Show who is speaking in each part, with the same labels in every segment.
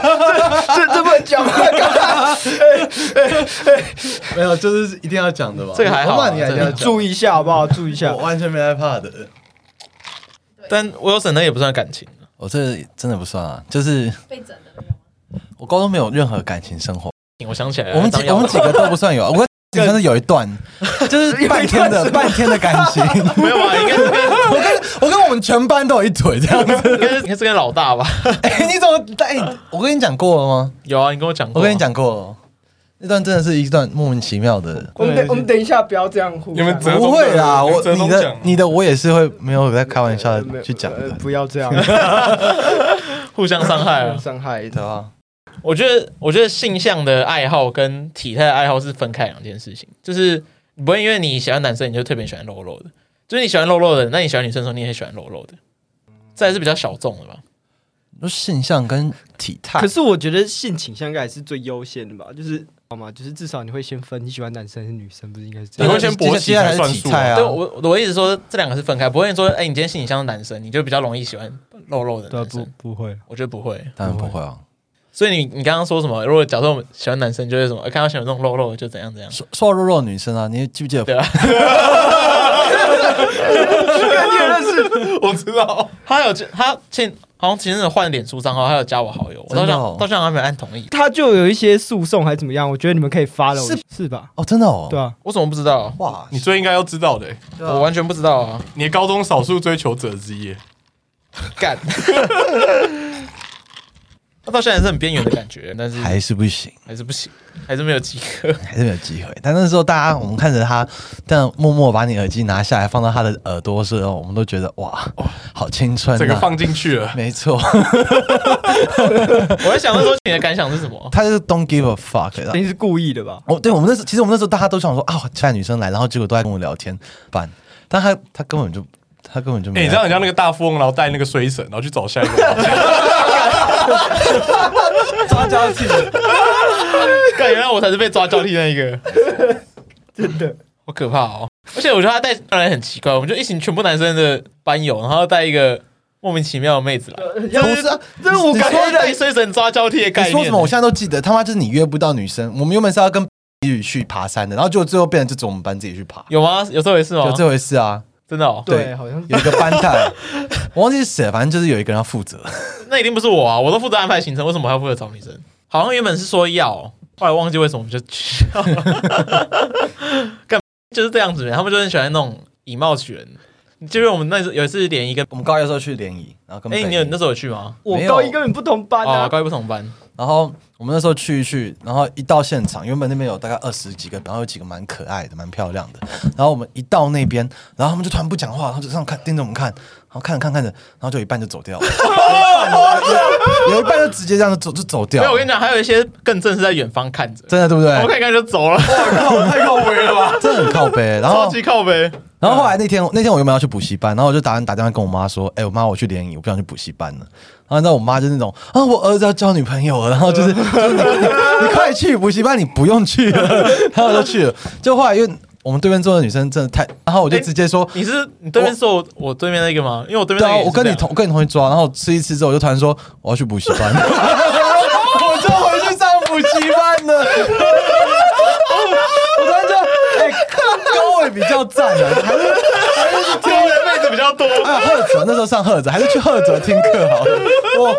Speaker 1: 没有，就是一定要讲的吧？
Speaker 2: 这个
Speaker 3: 啊
Speaker 4: 啊
Speaker 2: 还好
Speaker 1: 我骂你还一定要讲，
Speaker 3: 注意一下好不好？注意一下
Speaker 1: 我。完全没害怕的。
Speaker 2: 但 Wilson 那也不算感情，
Speaker 4: 我这真的不算啊，就是
Speaker 5: 被整的那种。
Speaker 4: 我高中没有任何感情生活，
Speaker 2: 我想起来了，
Speaker 4: 我们
Speaker 2: 张
Speaker 4: 几
Speaker 2: 耀
Speaker 4: 我们几个都不算有，我跟真的有一段，就是半天的半天的感 情，
Speaker 2: 没有啊吧？应该是跟
Speaker 4: 我跟我跟我们全班都有一腿这样子。
Speaker 2: 应该是应该是跟老大吧？
Speaker 4: 哎，你怎么？哎，我跟你讲过了吗？
Speaker 2: 有啊，你跟我讲过，
Speaker 4: 我跟你，讲过了，那段真的是一段莫名其妙的。
Speaker 6: 我们等我们等一下不要这样互
Speaker 7: 你
Speaker 6: 相。
Speaker 7: 们折中
Speaker 4: 不会啦，我
Speaker 7: 折中
Speaker 4: 你
Speaker 7: 讲
Speaker 4: 的你的我也是会没有在开玩笑
Speaker 6: 没有
Speaker 4: 去讲
Speaker 6: 呃
Speaker 4: 的，
Speaker 6: 不要这样
Speaker 2: 互相伤害啊。
Speaker 6: 伤害
Speaker 4: 对吧？
Speaker 2: 我觉得，我觉得性向的爱好跟体态的爱好是分开两件事情，就是你不会因为你喜欢男生，你就特别喜欢肉肉的，就是你喜欢肉肉的，那你喜欢女生的时候，你也很喜欢肉肉的，这还是比较小众的吧？
Speaker 4: 就性向跟体态
Speaker 3: 可，是我觉得性倾向应该还是最优先的吧，就是好吗？就是至少你会先分你喜欢男生还是女生，不是应该是这
Speaker 7: 你
Speaker 3: 样？
Speaker 7: 会先勃起
Speaker 4: 接下来
Speaker 7: 才
Speaker 4: 是
Speaker 7: 算
Speaker 4: 体
Speaker 7: 数
Speaker 4: 态
Speaker 7: 啊。
Speaker 4: 啊
Speaker 2: 对，。我我的意思说这两个是分开，不会说，哎、你今天性倾向是男生，你就比较容易喜欢肉肉的
Speaker 3: 对啊，
Speaker 2: 男
Speaker 3: 不
Speaker 2: 生。
Speaker 3: 不会，
Speaker 2: 我觉得不会，
Speaker 4: 当然不会啊。
Speaker 2: 所以你你刚刚说什么？如果假设我们喜欢男生，就会什么？哎看到喜欢这种肉肉的就怎样怎样？
Speaker 4: 说说到肉肉的女生啊，你记不记得
Speaker 2: 对啊，
Speaker 7: 我知道，
Speaker 2: 他有他前好像前阵子换脸书账号，他有加我好友，我到
Speaker 4: 真
Speaker 2: 现
Speaker 4: 的
Speaker 2: 在
Speaker 4: 哦
Speaker 2: 到现在还没有按同意，
Speaker 3: 他就有一些诉讼还怎么样？我觉得你们可以发了，是是吧？
Speaker 4: 哦，真的哦。
Speaker 3: 对啊，
Speaker 2: 我怎么不知道？
Speaker 4: 哇，
Speaker 7: 你最应该要知道的欸，
Speaker 2: 我完全不知道啊！
Speaker 7: 你高中少数追求者之一欸。
Speaker 2: 干， 他到现在还是很边缘的感觉，但是
Speaker 4: 还是不行，
Speaker 2: 还是不行，还是没有及格。
Speaker 4: 还是没有机会。但那时候大家我们看着他，但默默把你耳机拿下来放到他的耳朵的时候，我们都觉得哇，好青春
Speaker 7: 哦整个
Speaker 4: 啊！
Speaker 7: 放进去 了。
Speaker 4: 没错，
Speaker 2: 我在想那时候你的感想是什 么？
Speaker 4: 他就是 don't give a fuck
Speaker 3: 肯定是故意的吧？
Speaker 4: 哦，对，我们那时候其实我们那时候大家都想说啊，现在女生来，然后结果都在跟我聊天，办，但他他根本就他根本就
Speaker 7: 哎、
Speaker 4: 没来，
Speaker 7: 你知道人家那个大富翁，然后带那个衰神，然后去找下一个人，
Speaker 3: 抓交替，
Speaker 4: 啊
Speaker 2: 干，原来我才是被抓交替那 一个，
Speaker 3: 真的。
Speaker 2: 好可怕哦！而且我觉得他带上来很奇怪，我们就一群全部男生的班友，然后带一个莫名其妙的妹子来，
Speaker 4: 不是啊，
Speaker 3: 这我
Speaker 4: 你
Speaker 3: 感
Speaker 2: 说
Speaker 3: 觉
Speaker 2: 带衰神抓交替的概
Speaker 4: 你
Speaker 2: 念。
Speaker 4: 说什么？我现在都记得，他妈就是你约不到女生，我们原本是要跟 一起去爬山的，然后结果最后变成就只有我们班自己去爬，
Speaker 2: 有吗？有这回事吗？
Speaker 4: 有这回事啊。
Speaker 2: 真的哦，
Speaker 3: 对，
Speaker 4: 对
Speaker 3: 好像
Speaker 4: 有一个班带， 我忘记是谁了，反正就是有一个人要负责。
Speaker 2: 那一定不是我啊！我都负责安排行程，为什么还要负责找女生？好像原本是说要，后来忘记为什么我们就取消了。干就是这样子，他们就很喜欢那种以貌取人。就是我们那时候有一次连一个，
Speaker 4: 我们高一的时候去联谊，然后跟
Speaker 2: 哎、
Speaker 4: 北
Speaker 2: 你有
Speaker 4: 一
Speaker 2: 那时候有去吗？
Speaker 3: 我
Speaker 4: 没有
Speaker 3: 高一根本不同班
Speaker 2: 哦，
Speaker 3: 啊，
Speaker 2: 高一不同班，
Speaker 4: 然后我们那时候去一去，然后一到现场，原本那边有大概二十几个，然后有几个蛮可爱的、蛮漂亮的。然后我们一到那边，然后他们就突然不讲话，然后就这样看盯着我们看，然后看着看看着，然后就有一半就走 掉了，有一半就直接这样就走就走掉了。
Speaker 2: 没有，我跟你讲，还有一些更正是在远方看着，哦
Speaker 4: 真的对不对？
Speaker 2: 我看一看就 走了，
Speaker 7: 太靠背了吧？
Speaker 4: 真的很靠背。然
Speaker 2: 超
Speaker 4: 后
Speaker 2: 级靠 背。
Speaker 4: 然后后来那天那天我原本要去补习班，然后我就打算打电话跟我妈说：“哎、我妈我去联谊，我不想去补习班了。”然后你知道我妈就那种啊，我儿子要交女朋友了，然后就是就是你 你你快去补习班，你不用去了， 然后我就去了。就后来因为我们对面坐的女生真的太，然后我就直接说。
Speaker 2: 你是你对面是我我对面那个吗？因为我对面
Speaker 4: 对
Speaker 2: 那
Speaker 4: 啊，
Speaker 2: 个哎也
Speaker 4: 我
Speaker 2: 是
Speaker 4: 跟
Speaker 2: 这
Speaker 4: 你
Speaker 2: 样
Speaker 4: 同我跟你同学抓，然后吃一吃之后，我就突然说我要去补习班， 我就回去上补习班了。 我突然就哎，高伟比较赞啊，还是
Speaker 2: 高的妹子比较多，
Speaker 4: 啊，赫哲那时候上赫哲，还是去赫哲听课好了。我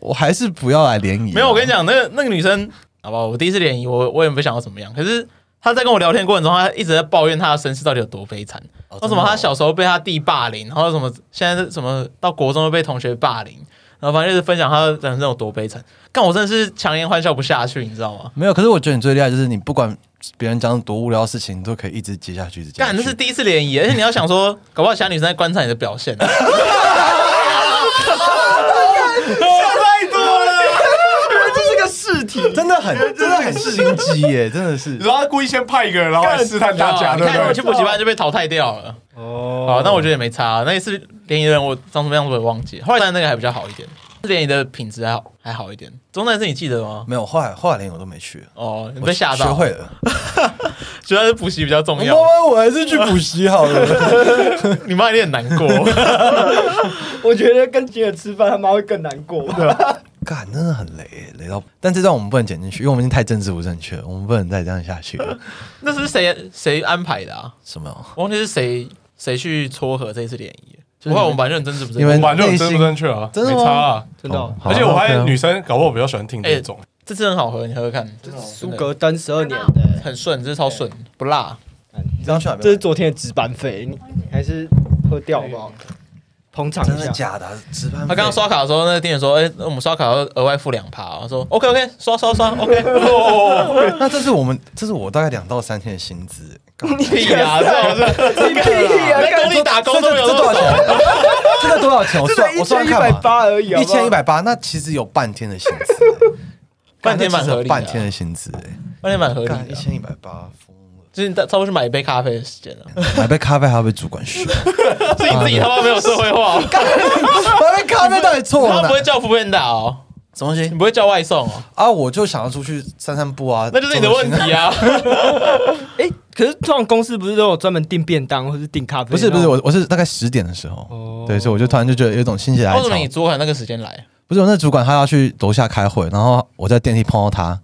Speaker 4: 我还是不要来联谊。啊
Speaker 2: 没有，我跟你讲，那个那个女生，好不好？我第一次联谊，我我也没想要怎么样。可是她在跟我聊天过程中，她一直在抱怨她的身世到底有多悲惨。
Speaker 4: 哦
Speaker 2: 说什么她小时候被她弟霸凌，然后什么现在是什么到国中又被同学霸凌，然后反正就是分享她的人生有多悲惨。但我真的是强颜欢笑不下去，你知道吗？
Speaker 4: 没有，可是我觉得你最厉害就是你不管别人讲多无聊的事情，你都可以一直接下去，一直接下
Speaker 2: 干，
Speaker 4: 去。
Speaker 2: 这是第一次联谊，而且你要想说，搞不好其他女生在观察你的表现、啊
Speaker 3: 啊这是个试题，
Speaker 4: 真的很真的很心机耶，真的是
Speaker 7: 你。说他故意先派一个人，然后来试探 大家，
Speaker 2: 你
Speaker 7: 对不
Speaker 2: 看我
Speaker 7: 对
Speaker 2: 去？补习班就被淘汰掉了。
Speaker 3: 哦
Speaker 2: 好，那我觉得也没差。啊那一次联谊的人，我长什么样子我也忘记。后来那个还比较好一点，联谊的品质还好还好一点。中南是你记得吗？
Speaker 4: 没有，后来后来连我都没去，
Speaker 2: 哦，你
Speaker 4: 我
Speaker 2: 被吓到，
Speaker 4: 学会了。
Speaker 2: 主要是补习比较重
Speaker 4: 妈
Speaker 2: 要。
Speaker 4: 妈，我还是去补习好了。
Speaker 2: 你妈一定很难过。
Speaker 4: 啊
Speaker 3: 我觉得跟吉尔吃饭，他妈会更难过。
Speaker 4: 干，真的很雷，雷到。但这段我们不能剪进去，因为我们已经太政治不正确了，我们不能再这样下去了。
Speaker 2: 那是谁谁安排的啊？
Speaker 4: 什么？
Speaker 2: 我忘记是谁谁去撮合这一次联谊。
Speaker 4: 就是
Speaker 2: 不
Speaker 4: 你
Speaker 2: 过
Speaker 4: 们
Speaker 2: 我们蛮认真，是不是？
Speaker 4: 你们
Speaker 7: 我蛮认
Speaker 4: 内
Speaker 7: 真
Speaker 4: 心
Speaker 7: 不正确啊，
Speaker 4: 真的
Speaker 7: 没
Speaker 4: 吗
Speaker 7: 差啊。
Speaker 3: 真的哦
Speaker 4: 哦好
Speaker 7: 而且我发现
Speaker 4: OK 啊
Speaker 7: 女生搞不好比较喜欢听这种，
Speaker 2: 这次很好喝，你喝喝看，
Speaker 3: 苏格登十二年的，
Speaker 2: 很顺，这是超顺，不辣。
Speaker 4: 你刚去哪
Speaker 3: 这是
Speaker 4: 边？
Speaker 3: 昨天的值班费，你你还是喝掉好不好？捧场
Speaker 4: 真
Speaker 3: 一
Speaker 4: 的
Speaker 3: 下。
Speaker 4: 假的啊？值班费？
Speaker 2: 他刚刚刷卡的时候，那个店员说：“哎、我们刷卡要额外付两趴。”啊我说：“OK OK，刷刷刷，OK。
Speaker 4: 那这是我们，这是我大概两到三天的薪资。干
Speaker 2: 你 屁啊，这种是
Speaker 6: 你屁啊！
Speaker 2: 在
Speaker 6: 干
Speaker 2: 工地打工
Speaker 4: 这
Speaker 2: 都
Speaker 4: 这
Speaker 2: 有
Speaker 4: 这多少钱？这个多少钱？我
Speaker 6: 这
Speaker 4: 算
Speaker 6: 才
Speaker 4: 我
Speaker 6: 一
Speaker 4: 算
Speaker 6: 千一
Speaker 4: 看
Speaker 6: 百
Speaker 4: 嘛。
Speaker 6: 八而已，
Speaker 4: 一千一
Speaker 6: 百。
Speaker 4: 百八，那其实有半天的薪资欸，
Speaker 2: 半
Speaker 4: 干那其实有
Speaker 2: 天蛮合理的啊
Speaker 4: 半天的薪资哎，
Speaker 2: 那也蛮合理
Speaker 4: 干一
Speaker 2: 的。啊
Speaker 4: 千一百八，疯了！
Speaker 2: 就是你差不多去买一杯咖啡的时间了，
Speaker 4: 买杯咖啡还要被主管 训，
Speaker 2: 自己自己他妈没有社会化，
Speaker 4: 买杯咖啡到底错了
Speaker 2: 他
Speaker 4: 哪
Speaker 2: 不？会叫服务员打哦，
Speaker 4: 什么东
Speaker 2: 你
Speaker 4: 西
Speaker 2: 不会叫外送哦，
Speaker 4: 啊？我就想要出去散散步啊，
Speaker 2: 那就是你的问题啊。
Speaker 3: 哎，可是通常公司不是都有专门订便当或是订咖啡？
Speaker 4: 不是不是，我我是大概十点的时候
Speaker 3: 哦，
Speaker 4: 对，所以我就突然就觉得有一种心血来
Speaker 2: 为
Speaker 4: 潮
Speaker 2: 什。么你主 哦管那个时间来？
Speaker 4: 不是我那主管他要去楼下开会，然后我在电梯碰到他，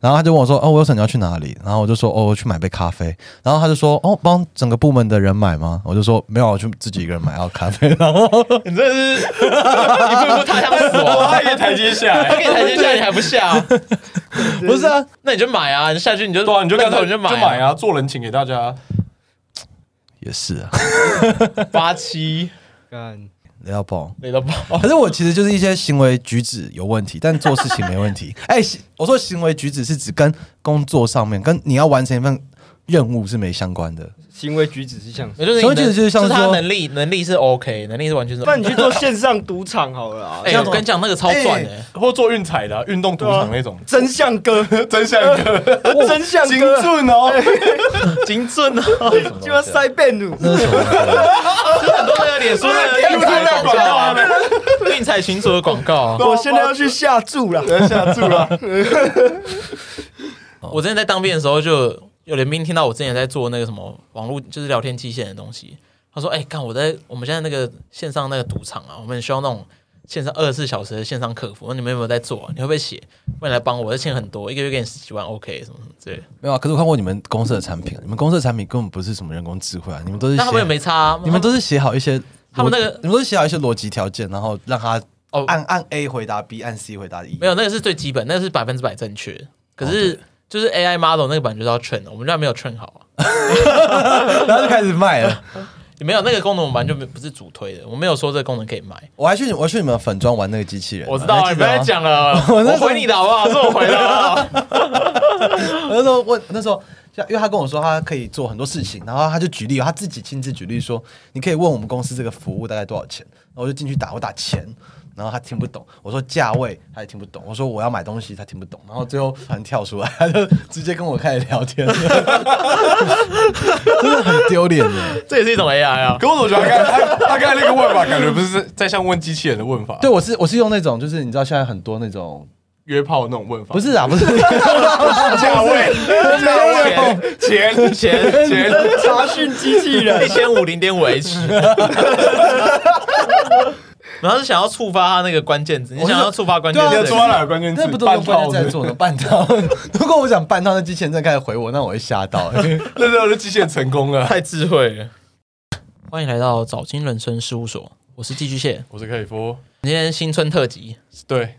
Speaker 4: 然后他就问我说：“哦，我有你要去哪里？”然后我就说：“哦，我去买杯咖啡。”然后他就说：“哦，帮整个部门的人买吗？”我就说：“ 没有，啊我就自己一个人买要咖啡。”然后
Speaker 2: 你真的是一步一步踏向死
Speaker 4: 哎
Speaker 7: 哇，
Speaker 2: 亡
Speaker 7: 哦 他。一个台阶下欸
Speaker 2: 他
Speaker 7: 来，
Speaker 2: 给你台阶下，你还不下啊？
Speaker 4: 不是啊，
Speaker 2: 那你就买啊！你下去你就
Speaker 7: 对啊，你就干
Speaker 2: 干
Speaker 7: 脆
Speaker 2: 脆你
Speaker 7: 你就
Speaker 2: 买
Speaker 7: 买啊，做人情给大家。
Speaker 4: 也是啊，
Speaker 2: 八七
Speaker 3: 干，
Speaker 4: 雷到爆。
Speaker 2: 累到爆。
Speaker 4: 可是我其实就是一些行为举止有问题，但做事情没问 题。哎、行我说行为举止是指跟工作上面，跟你要完成一份任务是没相关的。
Speaker 3: 行为举止是像。
Speaker 2: 也就是你
Speaker 4: 所以就是
Speaker 2: 能
Speaker 4: 像
Speaker 2: 就是他
Speaker 4: 说
Speaker 2: 能力能力是 OK，能力是完全是
Speaker 3: 不然
Speaker 2: OK。
Speaker 3: 你去做线上赌场好了啊，
Speaker 2: 哎、我跟你讲那个超赚
Speaker 4: 哎
Speaker 2: 欸的、
Speaker 7: 或做运彩的啊、运动赌场那种，
Speaker 3: 真相哥，
Speaker 7: 真相哥，
Speaker 3: 真相
Speaker 7: 精
Speaker 3: 哥，
Speaker 7: 准哦，
Speaker 2: 精准啊！
Speaker 3: 就要塞变乳。
Speaker 4: 那是什么？
Speaker 2: 很多那个脸书 的运彩广告啊， 运彩群组的广告啊。
Speaker 3: 哦我现在要去下注了，
Speaker 7: 吓住 了。
Speaker 2: 我之前在当兵的时候，就有人兵听到我之前在做那个什么网络，就是聊天机器人的东西。他说：“哎、看我在我们现在那个线上那个赌场啊，我们需要那种线上二十四小时的线上客服。那你们有没有在做、啊？你会不会写？不然来帮我，这钱很多，一个月给你十几万，OK 什么什么之类的。
Speaker 4: 没有啊，可是我看过你们公司的产品，你们公司的产品根本不是什么人工智慧啊，你们都是
Speaker 2: 但他们
Speaker 4: 写
Speaker 2: 也没差、啊，
Speaker 4: 你们都是写好一些逻，
Speaker 2: 他们那个
Speaker 4: 你们都是写好一些逻辑条件，然后让他
Speaker 2: 哦
Speaker 4: 按按 A 回答 B，按 C 回答 E。
Speaker 2: 没有，那个是最基本，那个是百分之百正确。可
Speaker 4: 哦
Speaker 2: 是就是 AI model 那个版就是要 train，的我们这儿没有 train 好啊，
Speaker 4: 然后就开始卖了。
Speaker 2: 也没有那个功能，我们本来就不是主推的，我没有说这个功能可以卖。
Speaker 4: 我还去你我还去你们粉妆玩那个机器人啊，
Speaker 2: 我知道
Speaker 4: 还
Speaker 2: 啊，你
Speaker 4: 记
Speaker 2: 不
Speaker 4: 得
Speaker 2: 要再
Speaker 4: 吗
Speaker 2: 讲了，
Speaker 4: 我那时
Speaker 2: 我
Speaker 4: 候
Speaker 2: 回你的好不好？是我回的好不好，
Speaker 4: 我那时候问，那时候像因为他跟我说他可以做很多事情，然后他就举例，他自己亲自举例说，你可以问我们公司这个服务大概多少钱，然后我就进去打，我打钱。然后他听不懂，我说价位他也听不懂，我说我要买东西他听不懂，然后最后突然跳出来，他就直接跟我开始聊天了， 真的很丢脸的。
Speaker 2: 这也是一种 AI 啊。
Speaker 7: 可我总觉得他刚他他刚才那个问法，感觉不是在像问机器人的问法，
Speaker 4: 对，我是我是用那种，就是你知道现在很多那种
Speaker 7: 约炮那种问法，
Speaker 4: 不是啊，不是
Speaker 7: 价位，价位，钱，钱，钱，
Speaker 3: 查询机器 人。
Speaker 2: 一千五零点五 H。然后是想要触发他那个关键字，你想要触发关键
Speaker 7: 你
Speaker 4: 对
Speaker 7: 要
Speaker 4: 啊
Speaker 2: 字，
Speaker 7: 抓哪个关键
Speaker 4: 那
Speaker 7: 字？
Speaker 4: 不都
Speaker 7: 半
Speaker 4: 用关
Speaker 7: 套
Speaker 4: 键在
Speaker 7: 的，
Speaker 4: 做呢？半套。 如果我想半套，那机器人真的开始回我，那我会吓到、欸。
Speaker 7: 那时候就机器人成功了。
Speaker 2: 太智慧了。欢迎来到早金人生事务所，我是寄居蟹。
Speaker 7: 我是克里夫，
Speaker 2: 今天新春特辑
Speaker 7: 对，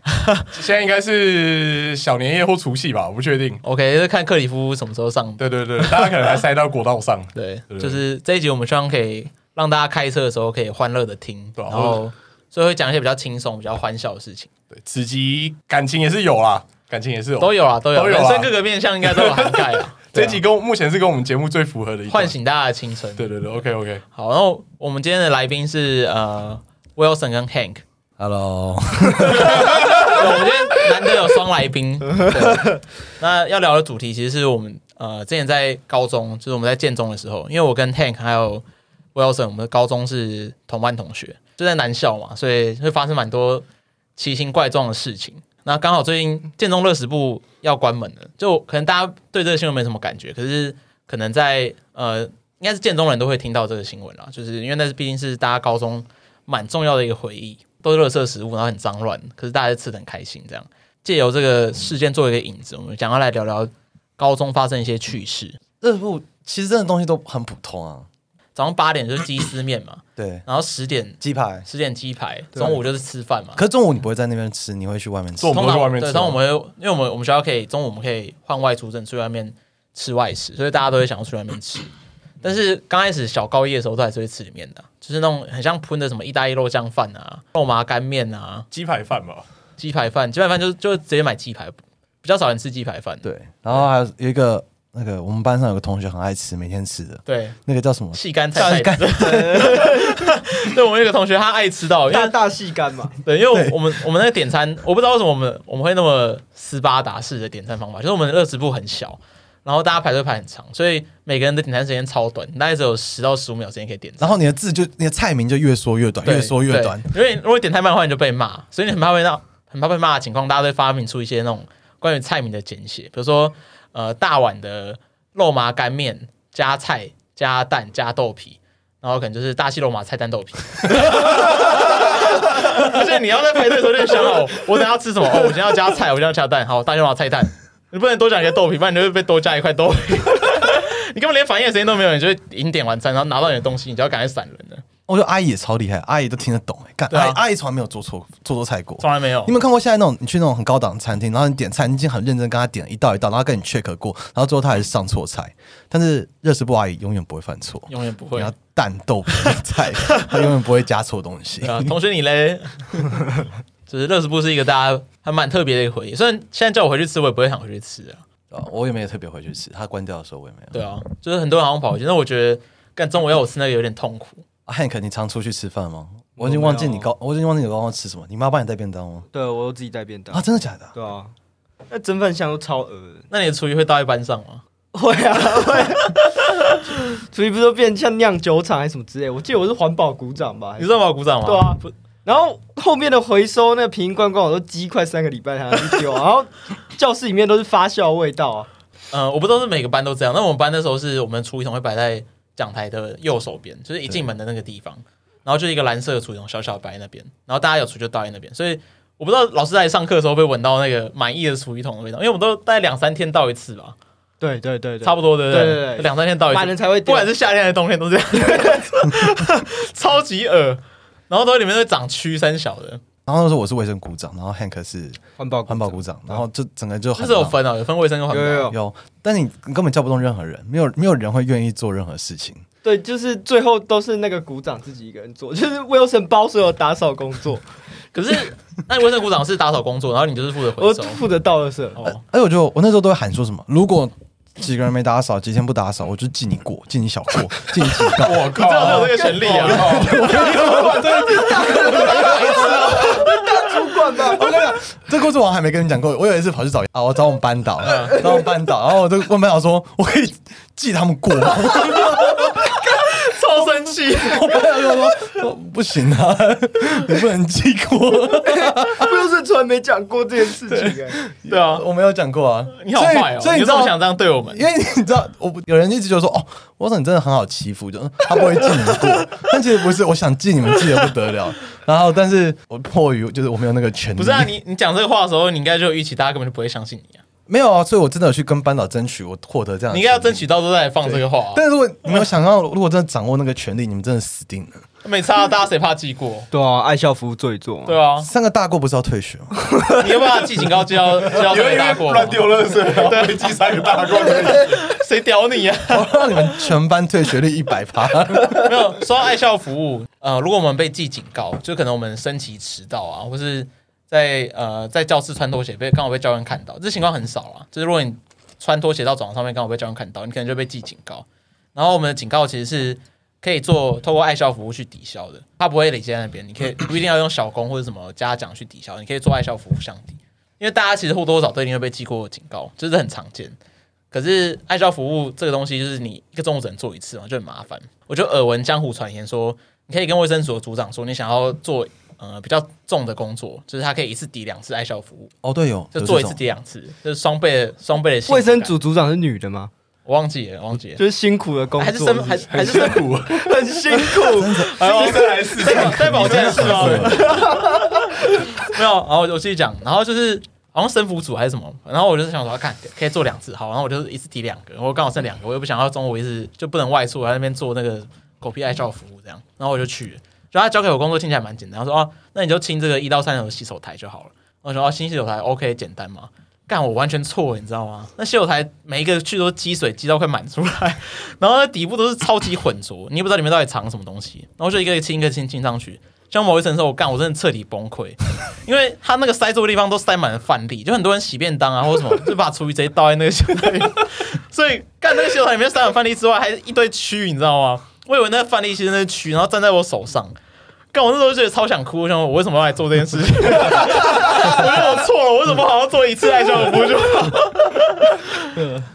Speaker 7: 现在应该是小年夜或除夕吧，我不确定。
Speaker 2: ，OK，就看克里夫什么时候上。
Speaker 7: 对对对，大家可能还塞到国道上，
Speaker 2: 对
Speaker 7: 对，
Speaker 2: 就是这一集我们希望可以让大家开车的时候可以欢乐的听，
Speaker 7: 对啊
Speaker 2: 然后所以会讲一些比较轻松、比较欢笑的事情，
Speaker 7: 对，此集感情也是有啦，感情也是有。
Speaker 2: 都有啊，都有，
Speaker 7: 都有啊
Speaker 2: 人生各个面向应该都有涵盖啊。
Speaker 7: 这一集跟我目前是跟我们节目最符合的 一集啊
Speaker 2: 唤。醒大家的青春。
Speaker 7: 对对对，OK OK，
Speaker 2: 好，然后我们今天的来宾是呃 Wilson 跟 Hank，
Speaker 4: Hello，
Speaker 2: 对我们今天难得有双来宾。对那要聊的主题其实是我们呃之前在高中，就是我们在建中的时候，因为我跟 Hank 还有 Wilson，我们的高中是同班同学，就在南校嘛，所以会发生蛮多奇形怪状的事情。那刚好最近建中乐食部要关门了，就可能大家对这个新闻没什么感觉，可是可能在呃，应该是建中人都会听到这个新闻啦，就是因为那是毕竟是大家高中蛮重要的一个回忆。都是垃圾食物，然后很脏乱，可是大家就吃的很开心，这样借由这个事件做一个引子，我们想要来聊聊高中发生一些趣事。
Speaker 4: 热乎其实真的东西都很普通啊，
Speaker 2: 早上八点就是鸡丝面嘛，
Speaker 4: 对，
Speaker 2: 然后十点
Speaker 4: 鸡排。
Speaker 2: 十点鸡排，中午就是吃饭嘛。
Speaker 4: 可是中午你不会在那边吃，你会去外面吃
Speaker 7: 中。午
Speaker 2: 通
Speaker 7: 我们
Speaker 2: 常
Speaker 7: 会去外面
Speaker 2: 对，
Speaker 7: 吃啊
Speaker 2: 通常我们会，因为我们我们学校可以中午我们可以换外出证，去外面吃外食，所以大家都会想要去外面吃。但是刚开始小高一的时候，都还是会吃里面的，啊就是那种很像喷的什么意大利肉酱饭啊、肉麻干面啊、
Speaker 7: 鸡排饭吧，
Speaker 2: 鸡排饭。鸡排饭就是就直接买鸡排，比较少人吃鸡排饭。
Speaker 4: 对，然后还有有一个那个我们班上有个同学很爱吃，每天吃的
Speaker 2: 对，
Speaker 4: 那个叫什么？
Speaker 2: 细干菜菜籽。 对，我们有一个同学他爱吃到，因
Speaker 3: 大
Speaker 2: 为
Speaker 3: 大细干嘛？
Speaker 2: 对，因为我们我们那个点餐，我不知道为什么我们我们会那么斯巴达式的点餐方法，就是我们的热食部很小，然后大家排队排很长，所以每个人的点餐时间超短，大概只有十到十五秒时间可以点餐。
Speaker 4: 然后你的字就你的菜名就越缩越短，
Speaker 2: 对
Speaker 4: 越缩越短。，
Speaker 2: 对因为如果点太慢的话，你就被骂，所以你很怕被闹，很怕被骂的情况，大家都会发明出一些那种关于菜名的简写，比如说呃大碗的肉麻干面加菜加蛋加豆皮，然后可能就是大西肉麻菜蛋豆皮。 而且你要在排队的时候就想好，我等一下要吃什么？哦，我今天要加菜，我今天要加蛋，好，大西肉麻菜蛋。你不能多讲一个豆皮，不然你就会被多加一块豆皮。 你根本连反应的时间都没有，你就会已经点完餐，然后拿到你的东西，你就要赶快闪人了。
Speaker 4: 我觉得阿姨也超厉害，阿姨都听得懂、欸，干、
Speaker 2: 对啊
Speaker 4: 阿姨阿姨从来没有做错做错菜过。
Speaker 2: 从来没有
Speaker 4: 你有没有看过现在那种你去那种很高档的餐厅，然后你点菜，你已经很认真跟他点一道一道，然后跟你 check 过，然后最后他还是上错菜。但是热食部阿姨永远不会犯错，
Speaker 2: 永远不会
Speaker 4: 你要。蛋豆皮菜，她永远不会加错东西
Speaker 2: 对。啊，同学 你嘞？就是乐食部是一个大家还蛮特别的一个回忆，虽然现在叫我回去吃，我也不会想回去吃啊。
Speaker 4: 啊我也没有特别回去吃，他关掉的时候我也没有。
Speaker 2: 对啊，就是很多人好像跑回去，但我觉得干中午要我吃那个有点痛苦。
Speaker 4: 啊，Hank，你常出去吃饭吗？我已经忘记你高，我已经忘记你高中吃什么。你妈帮你带便当吗？
Speaker 3: 对我都自己带便当
Speaker 4: 啊，，真的假的？
Speaker 3: 对啊，那蒸饭箱都超恶的。
Speaker 2: 那你的厨艺会到一班上吗？
Speaker 3: 会啊，会啊。所以不是都变像酿酒厂还是什么之类？我记得我是环保股长吧？还
Speaker 2: 你
Speaker 3: 是
Speaker 2: 知道吗？鼓掌吗？
Speaker 3: 对啊
Speaker 2: 不，
Speaker 3: 然后后面的回收那个瓶罐罐，我都积快三个礼拜才能去丢 啊。然后教室里面都是发酵味道啊。
Speaker 2: 呃，我不知道是每个班都这样，但我们班那时候是我们厨艺桶会摆在讲台的右手边，就是一进门的那个地方，然后就一个蓝色的厨艺桶小小摆在那边，然后大家有厨就倒在那边，所以我不知道老师在上课的时候被闻到那个满意的厨艺桶的味道，因为我们都大概两三天倒一次吧，
Speaker 3: 对对对对，
Speaker 2: 差不多对不
Speaker 3: 对对对
Speaker 2: 两三天倒一次
Speaker 3: 满人才会
Speaker 2: 不
Speaker 3: 丢。
Speaker 2: 管是夏天还是冬天都这样， 超级恶。然后都里面都会长蛆三小的，
Speaker 4: 然后那时候我是卫生股长，然后 Hank 是
Speaker 3: 环保
Speaker 4: 环保股 长，然后就整个就
Speaker 2: 它
Speaker 4: 很
Speaker 2: 是有分哦，有分卫生跟环
Speaker 3: 有有有
Speaker 2: 保。
Speaker 4: 有，但你你根本叫不动任何人，没有没有人会愿意做任何事情。
Speaker 3: 对，就是最后都是那个股长自己一个人做，就是 Wilson 包所有打扫工作，
Speaker 2: 可是那你卫生股长是打扫工作，然后你就是负责回
Speaker 3: 我
Speaker 2: 收。
Speaker 3: 负责倒垃圾。
Speaker 2: 哦，
Speaker 4: 而且哎我就我那时候都会喊说什么，如果几个人没打扫，几天不打扫，我就记你过，记你小 过，记你几告。
Speaker 7: 我
Speaker 2: 这样才有
Speaker 7: 靠，
Speaker 2: 这个权利啊！
Speaker 7: 哦
Speaker 4: 我跟你讲，这故事我还没跟你讲过。我有一次跑去找啊，我找我们班导，
Speaker 2: 嗯
Speaker 4: 找我们班导，然后我就问班导说，我可以记他们过吗？
Speaker 2: 超生气，
Speaker 4: 我班导就说说不行啊，你不能记过。
Speaker 3: Wilson 从来没讲过这件事情、哎。
Speaker 2: 对啊，
Speaker 4: 我没有讲过啊，
Speaker 2: 你好坏哦！
Speaker 4: 所以所以
Speaker 2: 你
Speaker 4: 你
Speaker 2: 有
Speaker 4: 知
Speaker 2: 这么
Speaker 4: 道
Speaker 2: 想这样对我们？
Speaker 4: 因为你知道，我不有人一直就说哦，我说你真的很好欺负，就嗯他不会记你过， 但其实不是，我想记你们记得不得了。然后，但是我迫于就是我没有那个权利，
Speaker 2: 不是啊，你你讲这个话的时候，你应该就有预期大家根本就不会相信你啊！
Speaker 4: 没有啊，所以我真的有去跟班导争取，我获得
Speaker 7: 啊
Speaker 4: 这样，
Speaker 2: 你应该要争。取到都在放这个话啊，
Speaker 4: 但是如果你没有想到，如果真的掌握那个权利，你们真的死定了。
Speaker 2: 没差啊，大家谁怕记过？
Speaker 3: 对啊，爱校服务最做。
Speaker 2: 对 啊，
Speaker 4: 三个大过不是要退学吗？
Speaker 2: 你要不要记警告记到记到
Speaker 7: 因为
Speaker 2: 谁
Speaker 7: 因
Speaker 2: 大
Speaker 7: 为
Speaker 2: 过吗？
Speaker 7: 乱丢垃圾，然后被记三个大罐 而已。
Speaker 2: 谁屌你啊？
Speaker 4: 我让你们全班退学率一百趴。
Speaker 2: 没有说到爱校服务，呃，如果我们被记警告，就可能我们升旗迟到啊，或是在呃在教室穿拖鞋被刚好被教官看到，这情况很少啊。就是如果你穿拖鞋到走廊上面刚好被教官看到，你可能就被记警告。然后我们的警告其实是可以做透过爱校服务去抵消的，它不会累积在那边，你可以不一定要用小工或者什么嘉奖去抵消，你可以做爱校服务相抵。因为大家其实或多或少都一定会被记过警告，这、是很常见。可是爱校服务这个东西，就是你一个中午只能做一次嘛，就很麻烦。我就耳闻江湖传言说，你可以跟卫生署的组长说，你想要做呃比较重的工作，就是他可以一次抵两次爱校服务，
Speaker 4: 哦，对，有
Speaker 2: 就做一
Speaker 4: 有这
Speaker 2: 次
Speaker 4: 种
Speaker 2: 抵两次，就是双倍的双倍的。啊
Speaker 3: 卫生组，组长是女的吗？
Speaker 2: 我忘记了，忘记了
Speaker 3: 就。是辛苦的工作，
Speaker 2: 还是生还是还是生苦，
Speaker 3: 很辛苦，
Speaker 2: 还有
Speaker 7: 再来四
Speaker 2: 在保在保健室吗？
Speaker 4: 对
Speaker 2: 没有，然后我就继续讲，然后就是好像生辅组还是什么，然后我就是想说，啊看可以做两次，好，然后我就一次提两个，我刚好剩两个，我又不想要中午一直就不能外出，我在那边做那个狗屁爱笑服务这样，然后我就去了，就他交给我工作听起来蛮简单，他说哦，那你就清这个一到三楼的洗手台就好了，我说哦，清洗手台 OK 简单嘛。干我完全错了，你知道吗？那洗手台每一个去都积水，积到快满出来，然后那底部都是超级浑浊，你也不知道里面到底藏什么东西。然后就一个一个清，一个清清上去。像某一层的时候，我干，我真的彻底崩溃，因为他那个塞住的地方都塞满了饭粒，就很多人洗便当啊或者什么，就把厨余直接倒在那个洗手台里面，所以干那个洗手台里面塞满饭粒之外，还一堆蛆，你知道吗？我以为那个饭粒其实那是蛆，然后站在我手上。干，我那时候觉得超想哭，我想我为什么要来做这件事情？我 觉得我错了，我为什么好好做一次爱笑服务就好？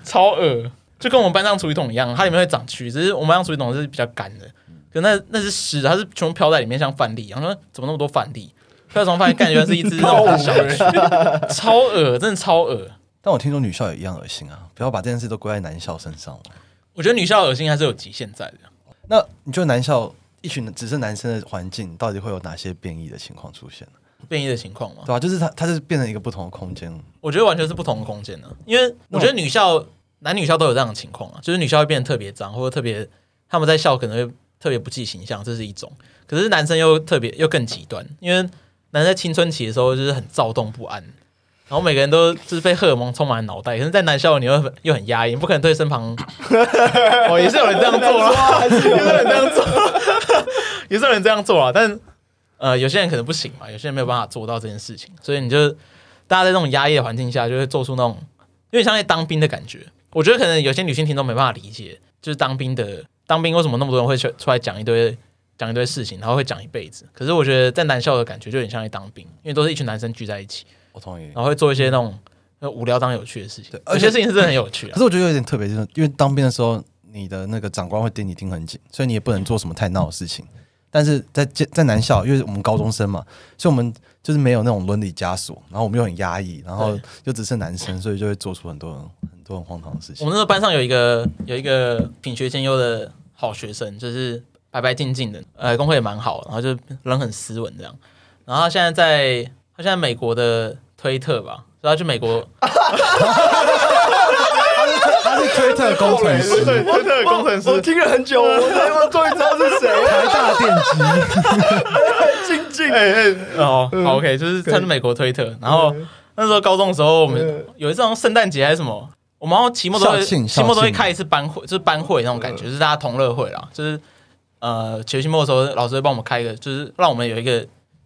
Speaker 2: 超恶，就跟我们班上厨余桶一样，它里面会长蛆，只是我们班上厨余桶是比较干的，可那那是湿的，它是全部飘在里面，像饭粒一样。我说怎么那么多饭粒？飘从饭粒，感觉是一只那种小蛆，超恶，真的超恶。
Speaker 4: 但我听说女校也一样恶心啊，不要把这件事都归在男校身上了。
Speaker 2: 我觉得女校恶心还是有极限在的。
Speaker 4: 那你觉得男校一群只是男生的环境，到底会有哪些变异的情况出现呢？
Speaker 2: 变异的情况嘛
Speaker 4: 对，吧、就是它，它是变成一个不同的空间。
Speaker 2: 我觉得完全是不同的空间呢、因为我觉得女校男女校都有这样的情况啊，就是女校会变得特别脏，或者特别他们在校可能会特别不计形象，这是一种。可是男生又特别又更极端，因为男生在青春期的时候就是很躁动不安，然后每个人都就是被荷尔蒙充满了脑袋，可是，在男校你又很又很压抑，你不可能对身旁哦也是有人这样做啦，也是有人这样做，啊 也是有人这样做啊，但呃有些人可能不行嘛，有些人没有办法做到这件事情，所以你就大家在那种压抑的环境下，就会做出那种有点像在当兵的感觉。我觉得可能有些女性听众没办法理解，就是当兵的当兵为什么那么多人会出出来讲一堆讲一堆事情，然后会讲一辈子。可是我觉得在男校的感觉就有点像在当兵，因为都是一群男生聚在一起，
Speaker 4: 我同意。啊
Speaker 2: 然后会做一些那种呃无聊当有趣的事情
Speaker 4: 对。而
Speaker 2: 有
Speaker 4: 且
Speaker 2: 些事情是真的很有趣
Speaker 4: 可
Speaker 2: 啊
Speaker 4: 是。我觉得有点特别，就是因为当兵的时候，你的那个长官会盯你盯很紧，所以你也不能做什么太闹的事情。但是在在在男校，因为我们高中生嘛，所以我们就是没有那种伦理枷锁，然后我们又很压抑，然后又只是男生，所以就会做出很多很多很荒唐的事
Speaker 2: 我
Speaker 4: 情
Speaker 2: 们。那个班上有一个有一个品学兼优的好学生，就是白白净净的，呃，功课也蛮好，然后就人很斯文这样。然后他现在在他现在美国的推特吧，所以他去美国
Speaker 4: 他是推特工程 师，
Speaker 7: 真的工程
Speaker 3: 我听了很久，我我终于知道是谁了。
Speaker 4: 台大电机，
Speaker 7: 静静，哎哎，
Speaker 2: 哦、
Speaker 4: 嗯
Speaker 2: 好 OK，就是他是美国推特。然后那时候高中的时候，我们有一次好像圣诞节还是什么，我们好像期末都会
Speaker 4: 嗯校庆嗯
Speaker 2: 期末都
Speaker 4: 校
Speaker 2: 会
Speaker 4: 庆
Speaker 2: 开一次班会，就是班会那种感觉，就是大家同乐会啦，就是呃学期末的时候，老师会帮我们开一个，就是让我们有一个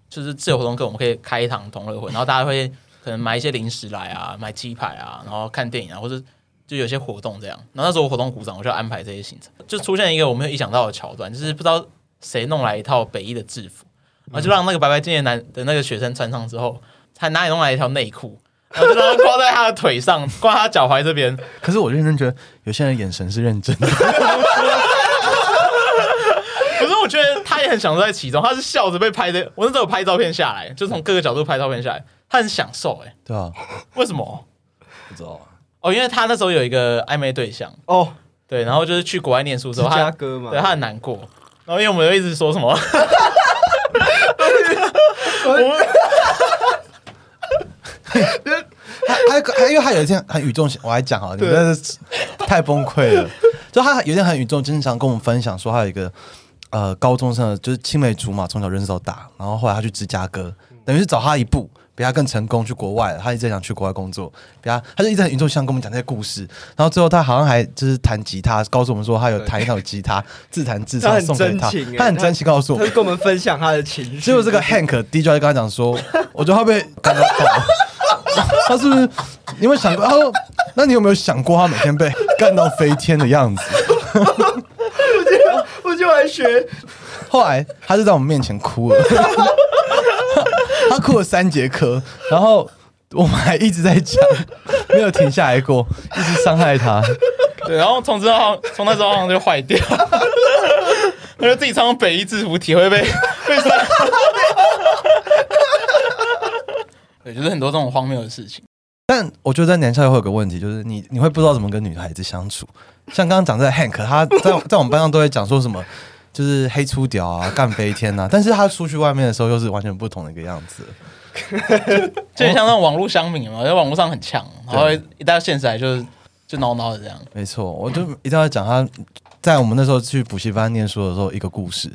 Speaker 2: 就是自由活动课，我们可以开一堂同乐会，然后大家会可能买一些零食来啊，买鸡排啊，然后看电影啊，或者。就有些活动这样，然后那时候我活动股长，我就安排这些行程，就出现一个我没有意想到的桥段，就是不知道谁弄来一套北一的制服，然后就让那个白白净净的男的那个学生穿上之后，他哪里弄来一条内裤，然后就让他挂在他的腿上，挂在他脚踝这边，
Speaker 4: 可是我认真觉得有些人眼神是认真的，
Speaker 2: 可是我觉得他也很享受在其中，他是笑着被拍的。我那时候有拍照片下来，就从各个角度拍照片下来，他很享受哎、
Speaker 4: 对啊吧、
Speaker 2: 为什么？
Speaker 4: 不知道，
Speaker 2: 哦，因为他那时候有一个暧昧对象，
Speaker 3: 哦，
Speaker 2: 对，然后就是去国外念书之
Speaker 3: 芝
Speaker 2: 后，
Speaker 3: 加
Speaker 2: 他
Speaker 3: 哥嘛
Speaker 2: 对，他很难过，然后因为我们就一直说什么，
Speaker 4: 还还还因为他有一天很语重心，我还讲好了，你们真的是太崩溃了。就他有一天很语重心长跟我们分享说，他有一个呃高中生的，就是青梅竹马，从小认识到大，然后后来他去芝加哥，等于是找他一步。比他更成功，去国外了。他一直想去国外工作，比他他就一直很语重心长跟我们讲这些故事。然后最后他好像还就是弹吉他，告诉我们说他有弹一套吉他，自弹自
Speaker 3: 他
Speaker 4: 唱
Speaker 3: 很
Speaker 4: 送给他
Speaker 3: 真情欸。
Speaker 4: 他很真情告诉我
Speaker 3: 他
Speaker 4: 们
Speaker 3: 就，跟我们分享他的情绪。
Speaker 4: 结果 这个 Hank DJ 就跟他讲说，我觉得他被感到爆。 他是不是你有没有想过？他说，那你有没有想过他每天被干到飞天的样子？
Speaker 3: 我就来学，
Speaker 4: 后来他就在我们面前哭了， 他哭了三节课，然后我们还一直在讲，没有停下来过，一直伤害他。
Speaker 2: 对，然后从之后从那之后好像就坏掉， 他就自己穿北一制服，体会被 被删。对，就是很多这种荒谬的事情。
Speaker 4: 但我觉得在年校会有个问题，就是你你会不知道怎么跟女孩子相处。像刚刚讲在 Hank，他在在我们班上都会讲说什么， 就是黑粗屌啊、干飞天啊，但是他出去外面的时候又是完全不同的一个样子。
Speaker 2: 就很像那种网络乡民嘛，在网络上很强，然后一到现实来就是就孬孬的这样。
Speaker 4: 没错，我就一定要讲他在我们那时候去补习班念书的时候一个故事。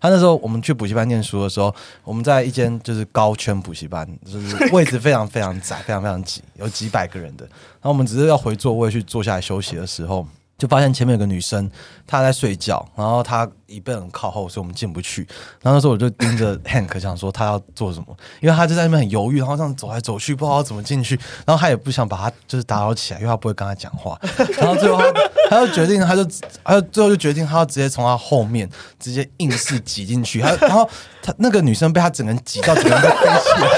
Speaker 4: 他那时候我们去补习班念书的时候，我们在一间就是高圈补习班，就是位置非常非常窄，非常非常挤，有几百个人的。然后我们只是要回座位去坐下来休息的时候，就发现前面有个女生她在睡觉，然后她椅背很靠后，所以我们进不去。然后那时候我就盯着 Hank 想说他要做什么，因为他就在那边很犹豫，然后这样走来走去，不知道怎么进去。然后他也不想把他就是打扰起来，因为他不会跟他讲话。然后最后他他就决定，他就他就最后就决定，他要直接从他后面直接硬是挤进去。他然后他那个女生被他整个人挤到，整个人被飞起来。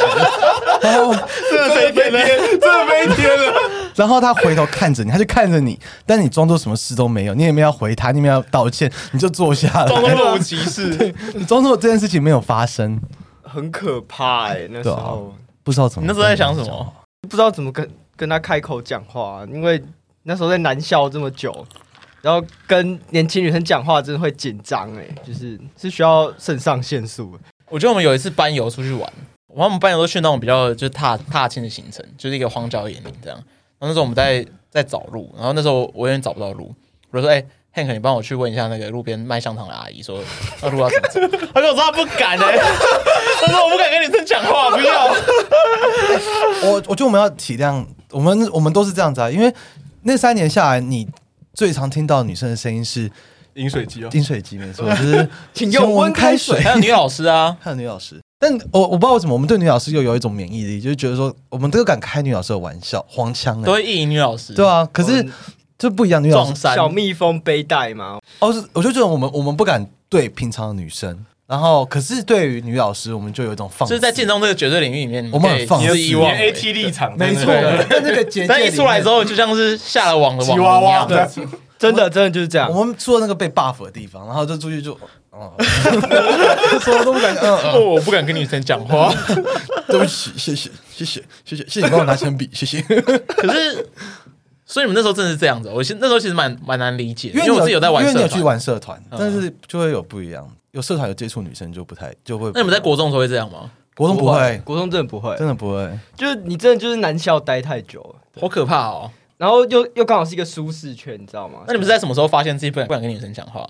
Speaker 4: 然后
Speaker 7: 这飞天了，这飞天了。
Speaker 4: 然后他回头看着你，他就看着你，但你装作什么事都没有，你也没有要回他，你也没有要道歉，你就坐下
Speaker 2: 装作
Speaker 4: 来，
Speaker 2: 若无其事，
Speaker 4: 你装作这件事情没有发生。
Speaker 3: 很可怕哎、那时候、
Speaker 4: 不知道怎么，
Speaker 2: 你那时候在想什么？
Speaker 3: 不知道怎么跟跟他开口讲话、因为那时候在南校这么久，然后跟年轻女生讲话真的会紧张哎，就是是需要肾上腺素。
Speaker 2: 我觉得我们有一次班游出去玩，然后我们班游都去那种比较就是踏踏青的行程，就是一个荒郊野岭这样。然后那时候我们在在找路，然后那时候我有点找不到路，我就说：“哎、h a n k 你帮我去问一下那个路边卖香肠的阿姨，说那路要怎么走。”他跟我说他不敢哎、他说我不敢跟女生讲话，不要。
Speaker 4: 我我觉得我们要体谅，我们我们都是这样子啊，因为那三年下来，你最常听到女生的声音是
Speaker 7: 饮水机哦，
Speaker 4: 饮水机，没 错，就是
Speaker 3: 请用温开水
Speaker 2: 还有女老师啊，
Speaker 4: 还有女老师。但我我不知道为什么，我们对女老师又有一种免疫力，就是觉得说我们都敢开女老师的玩笑，黄腔
Speaker 2: 都
Speaker 4: 的，
Speaker 2: 会意淫女老师，
Speaker 4: 对，啊。可是就不一样，女老师
Speaker 2: 撞衫。
Speaker 3: 小蜜蜂背带嘛，
Speaker 4: 哦，是我就觉得我们我们不敢对平常的女生，然后可是对于女老师，我们就有一种放肆，
Speaker 2: 就是在建中这个绝对领域里面，
Speaker 4: 我们很放
Speaker 2: 你
Speaker 4: 肆
Speaker 2: 是遗
Speaker 7: 你
Speaker 2: 忘
Speaker 7: 的，AT 立场，
Speaker 4: 没错，
Speaker 7: 对对对
Speaker 4: 在那个结界
Speaker 2: 但一出来之
Speaker 4: 后，
Speaker 2: 后就像是下了网的网
Speaker 7: 吉娃娃
Speaker 2: 一样
Speaker 7: 对，
Speaker 3: 真的真的就是这样。
Speaker 4: 我们做那个被 buff 的地方，然后就出去就，哦， 什么都不敢，嗯，嗯
Speaker 2: 哦我不敢跟女生讲话。
Speaker 4: 对不起，谢谢，谢谢，谢谢，谢谢你帮我拿铅笔，谢谢。
Speaker 2: 可是，所以你们那时候真的是这样子哦。我其实那时候其实蛮蛮难理解的，因
Speaker 4: 你
Speaker 2: 为我自己有在玩
Speaker 4: 因为你有
Speaker 2: 社
Speaker 4: 去
Speaker 2: 团。嗯
Speaker 4: 玩社团，但是就会有不一样，有社团有接触女生就不太就会。
Speaker 2: 那你们在国中的时候会这样吗？
Speaker 4: 国中不会，
Speaker 3: 国中真的不会，
Speaker 4: 真的不会。
Speaker 3: 就是你真的就是南校待太久了，
Speaker 2: 好可怕哦！
Speaker 3: 然后又又刚好是一个舒适圈，你知道吗？
Speaker 2: 那你们是在什么时候发现自己不敢不敢跟女生讲话？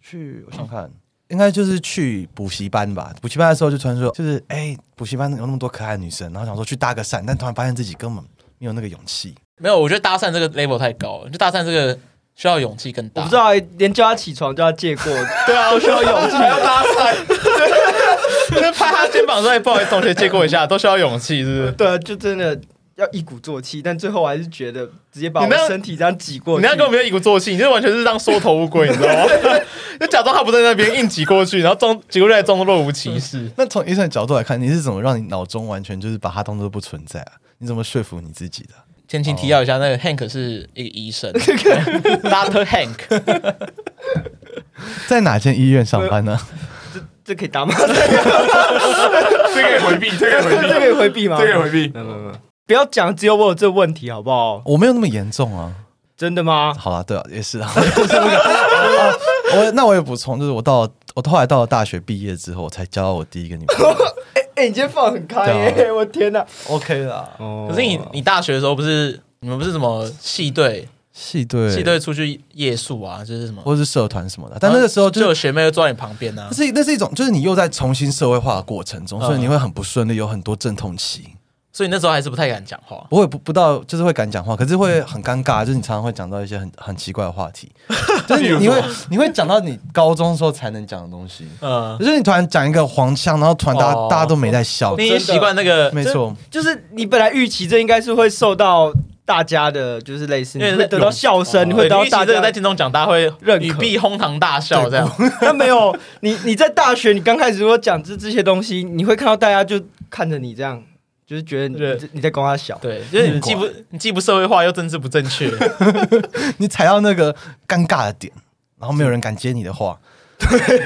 Speaker 4: 去，我想看，应该就是去补习班吧。补习班的时候就传说，就是哎，补习班有那么多可爱的女生，然后想说去搭个讪，但突然发现自己根本没有那个勇气。
Speaker 2: 没有，我觉得搭讪这个 level 太高了，就搭讪这个需要勇气更
Speaker 3: 我
Speaker 2: 大。
Speaker 3: 不知道、连叫他起床都要借过，
Speaker 2: 对啊，我需要勇气，还要搭讪，就是拍他肩膀说：“哎，不好意思，同学，借过一下。”都需要勇气，是不是？
Speaker 3: 对啊，就真的要一鼓作气，但最后我还是觉得直接把我
Speaker 2: 你那
Speaker 3: 身体这样挤过
Speaker 2: 你
Speaker 3: 去
Speaker 2: 那，根本没有一鼓作气，你这完全是当缩头乌龟，你知道吗？ 就假装他不在那边，硬挤过去，然后装挤过去，还装作若无其事。
Speaker 4: 那从医生的角度来看，你是怎么让你脑中完全就是把它当做不存在啊？你怎么说服你自己的？
Speaker 2: 前情提要一下，那个 Hank 是一个医生，Doctor Hank，
Speaker 4: 在哪间医院上班 呢？
Speaker 3: 这可以打吗？
Speaker 7: 这个也回避，这个也回避，
Speaker 3: 这可以回避吗？
Speaker 7: 这个也回避。
Speaker 3: 没有没有没有，不要讲只有我有这问题好不好？
Speaker 4: 我没有那么严重啊。
Speaker 3: 真的吗？
Speaker 4: 好啦，对啊，也是啊。 就是那个啊我那我也补充，就是我到我后来到了大学毕业之后，我才交到我第一个女朋友。
Speaker 3: 哎、你今天放很开耶、
Speaker 4: 对
Speaker 3: 我天哪、
Speaker 4: OK 啦，
Speaker 3: 哦
Speaker 2: 可是你你大学的时候不是你们不是什么系队，
Speaker 4: 系队
Speaker 2: 系队出去夜宿啊，就是什么，
Speaker 4: 或是社团什么的，但那个时候就。
Speaker 2: 就是有学哦妹就坐在你旁边啊
Speaker 4: 那。是那是一种，就是你又在重新社会化的过程中，所以
Speaker 2: 嗯
Speaker 4: 你会很不顺利，有很多阵痛期。
Speaker 2: 所以那时候还是不太敢讲话。
Speaker 4: 不会不不到，就是会敢讲话，可是会很尴尬，就是你常常会讲到一些很很奇怪的话 题，就是你你会你会讲到你高中的时候才能讲的东西，
Speaker 2: 嗯，
Speaker 4: 就是你突然讲一个黄腔，然后突然大家、
Speaker 2: 哦
Speaker 4: 大家都没在笑，
Speaker 2: 你已经习惯那个，
Speaker 4: 没错，
Speaker 3: 就是你本来预期这应该是会受到大家的，就是类似，
Speaker 2: 因
Speaker 3: 你
Speaker 2: 为哦
Speaker 3: 会得到笑声，你会
Speaker 2: 对，
Speaker 3: 得到
Speaker 2: 你预期
Speaker 3: 大
Speaker 2: 这
Speaker 3: 家
Speaker 2: 个在金钟奖大会
Speaker 3: 认可
Speaker 2: 语必哄堂大笑这样。
Speaker 3: 但没有你，你在大学，你刚开始如果讲这这些东西，你会看到大家就看着你这样，就是觉得你
Speaker 2: 对
Speaker 3: 你你在跟他小。
Speaker 2: 对，就是你既不你既不社会化又政治不正确，
Speaker 4: 你踩到那个尴尬的点，然后没有人敢接你的话，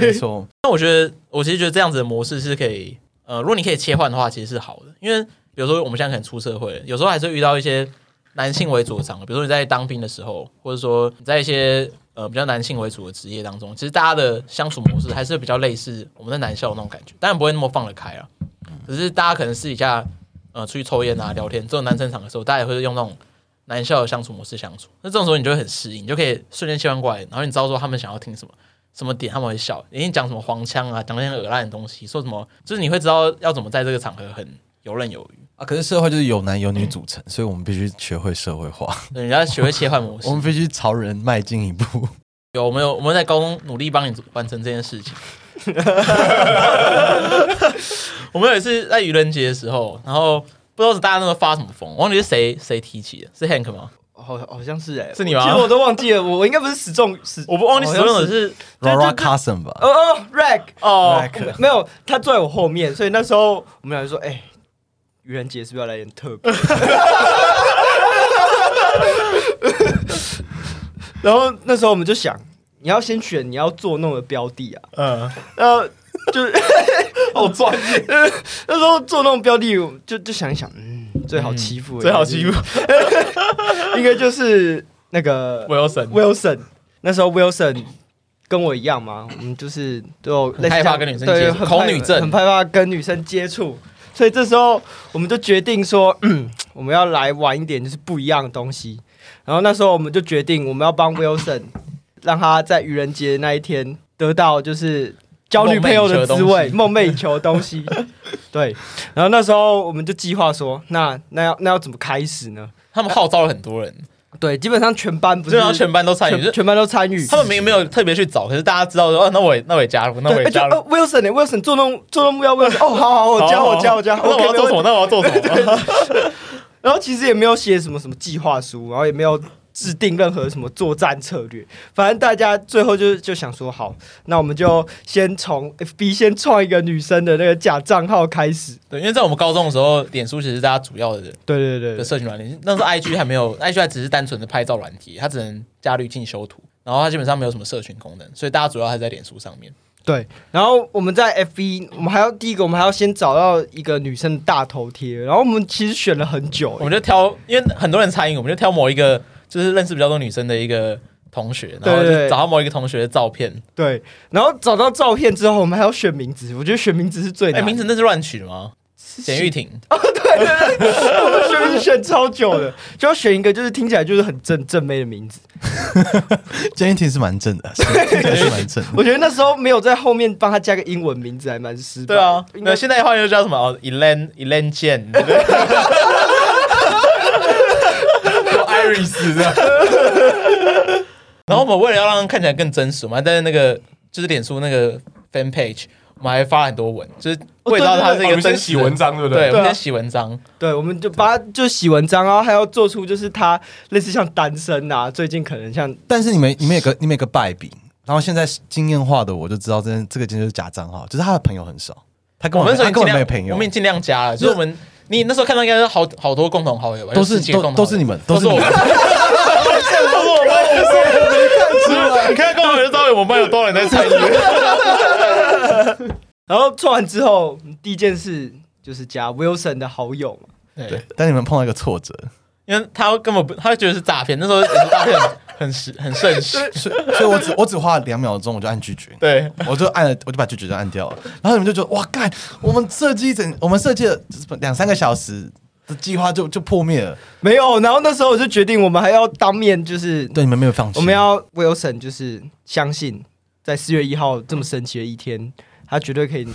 Speaker 4: 没错，
Speaker 2: 那我觉得，我其实觉得这样子的模式是可以，呃，如果你可以切换的话，其实是好的，因为比如说我们现在可能出社会了，有时候还是会遇到一些男性为主的场合，比如说你在当兵的时候，或者说你在一些呃比较男性为主的职业当中，其实大家的相处模式还是比较类似我们在男校的那种感觉，当然不会那么放得开啊。可是大家可能私底下呃出去抽烟啊、聊天，这种男生场的时候，大家也会用那种男校的相处模式相处。那这种时候你就会很适应，你就可以瞬间切换过来，然后你知道说他们想要听什么。什么点他们会笑，一定讲什么黄腔啊，讲那些恶烂的东西，说什么就是你会知道要怎么在这个场合很游刃有余。
Speaker 4: 啊，可是社会就是有男有女组成，所以我们必须学会社会 化，
Speaker 2: 对，你要学会切换模 式
Speaker 4: 我。们必须朝人迈进一 步。
Speaker 2: 有，我们有我们在高中努力帮你完成这件事情。 我们有一次在愚人节的时候，然后不知道是大家那个发什么疯，我忘记是谁谁提起的，是 Hank 吗？
Speaker 3: 好好像是哎，
Speaker 2: 是你吗
Speaker 3: 其实我都忘记了，我我应该不是始终始，
Speaker 2: 我不忘记使用
Speaker 3: 好
Speaker 2: 的
Speaker 3: 像是
Speaker 2: 是
Speaker 4: Rara Carson 吧，
Speaker 3: 哦哦 rag
Speaker 2: 哦，
Speaker 3: 我没有，他坐在我后面，所以那时候我们俩就说，哎，愚人节是不是要来点特别？ 然后那时候我们就想，你要先选你要做弄的标的啊，
Speaker 2: 嗯，
Speaker 3: 然后 就是
Speaker 7: 好专业，
Speaker 3: 那时候做弄标的，我就就想一想，嗯，最好欺负、
Speaker 2: 最好欺负，
Speaker 3: 应该就是那个
Speaker 2: Wilson，
Speaker 3: Wilson，那时候 Wilson 跟我一样嘛，我们就是都
Speaker 2: 很害怕跟女生接触
Speaker 3: 对很
Speaker 2: 恐
Speaker 3: 害
Speaker 2: 女症
Speaker 3: 很害怕跟女生接触，所以这时候我们就决定说， 嗯，我们要来玩一点就是不一样的东西。然后那时候我们就决定，我们要帮 Wilson 让他在愚人节那一天得到就是交女朋友的滋味，梦寐以求的东西。 对，然后那时候我们就计划说，那那要那要怎么开始呢？
Speaker 2: 他们号召了很多人，
Speaker 3: 对，基本上全班不是
Speaker 2: 基本上啊全班都参与，就
Speaker 3: 全
Speaker 2: 是
Speaker 3: 全班都参与，
Speaker 2: 他们明明没有特别去找，可是大家知道说，哦，那我也那我也加入，那我
Speaker 3: 对，
Speaker 2: 也
Speaker 3: 而且
Speaker 2: 加
Speaker 3: 呃
Speaker 2: 入。
Speaker 3: ，Wilson 呢？Wilson 做弄做弄目标 Wilson，哦，好好，我加
Speaker 2: 好
Speaker 3: 我加我加，
Speaker 2: 好那我要做什么？？那我要做 什么？
Speaker 3: 然后其实也没有写什么什么计划书，然后也没有制定任何什么作战策略，反正大家最后就就想说，好，那我们就先从 FB 先创一个女生的那个假账号开始。
Speaker 2: 对，因为在我们高中的时候，脸书其实是大家主要的
Speaker 3: 对对
Speaker 2: 的
Speaker 3: 对，
Speaker 2: 社群软体，那时候 IG 还没有，IG 还只是单纯的拍照软体，它只能加滤镜修图，然后它基本上没有什么社群功能，所以大家主要还是在脸书上面。
Speaker 3: 对。然后我们在 FB，我们还要第一个，我们还要先找到一个女生的大头贴，然后我们其实选了很久
Speaker 2: 我，们就挑，因为很多人参与，我们就挑某一个就是认识比较多女生的一个同学，然后
Speaker 3: 对对
Speaker 2: 就
Speaker 3: 对
Speaker 2: 找到某一个同学的照片。
Speaker 3: 对。然后找到照片之后，我们还要选名字，我觉得选名字是最难
Speaker 2: 哎，
Speaker 3: 的。
Speaker 2: 名字那是乱取的吗？简玉婷，
Speaker 3: 我们选名选超久的，就要选一个就是听起来就是很正正妹的名字。
Speaker 4: 监狱庭是蛮正 的，是是蛮正的。
Speaker 3: 我觉得那时候没有在后面帮他加个英文名字，还蛮失败。
Speaker 2: 对啊，
Speaker 3: 应
Speaker 2: 那
Speaker 3: 该
Speaker 2: 现在的话又叫什么？哦，Elaine Elaine Jane，对不 对
Speaker 7: ，Iris 这样，
Speaker 2: 然后我们为了要让它看起来更真实，我们还在那个就是脸书那个 fan page，我们还发了很多文，就是为了让它是一
Speaker 7: 啊我
Speaker 2: 个
Speaker 7: 们先
Speaker 2: 真
Speaker 7: 洗
Speaker 2: 实的
Speaker 7: 文章，对不啊
Speaker 2: 对，
Speaker 7: 对？
Speaker 2: 我们先洗文章，
Speaker 3: 对，我们就把他就写文章，然后还要做出就是他类似像单身啊，最近可能像
Speaker 4: 但是你们你们有个你们有个败笔，然后现在经验化的我就知道，这这个就是假账号，就是他的朋友很少，他根
Speaker 2: 我们
Speaker 4: 本
Speaker 2: 那时候
Speaker 4: 他
Speaker 2: 已经
Speaker 4: 根本
Speaker 2: 尽
Speaker 4: 没
Speaker 2: 量
Speaker 4: 有朋友
Speaker 2: 我们已，经尽量加了，就是我们你那时候看到应该是好好多共同好友吧，
Speaker 4: 都是
Speaker 2: 有十几个共同好友
Speaker 4: 都都是你们
Speaker 2: 都是我们，
Speaker 4: 都
Speaker 2: 都是我们，你看共同好友就知道我们班有多少人在参与。
Speaker 3: 然后做完之后，第一件事就是加 Wilson 的好友嘛。
Speaker 2: 对
Speaker 4: 对，，但你们碰到一个挫折，
Speaker 2: 因为他根本不，他觉得是诈骗，那时候也是诈骗很很时很盛行。
Speaker 4: 所以所以我只我只花了两秒钟我就按拒绝，
Speaker 2: 对，
Speaker 4: 我就按了，我就把拒绝就按掉了。然后你们就觉得哇，干，我们设计一整，我们设计了两三个小时的计划就就破灭了。
Speaker 3: 没有，然后那时候我就决定，我们还要当面就是
Speaker 4: 对，你们没有放弃，
Speaker 3: 我们要 Wilson 就是相信，在四月一号这么神奇的一天，他绝对可以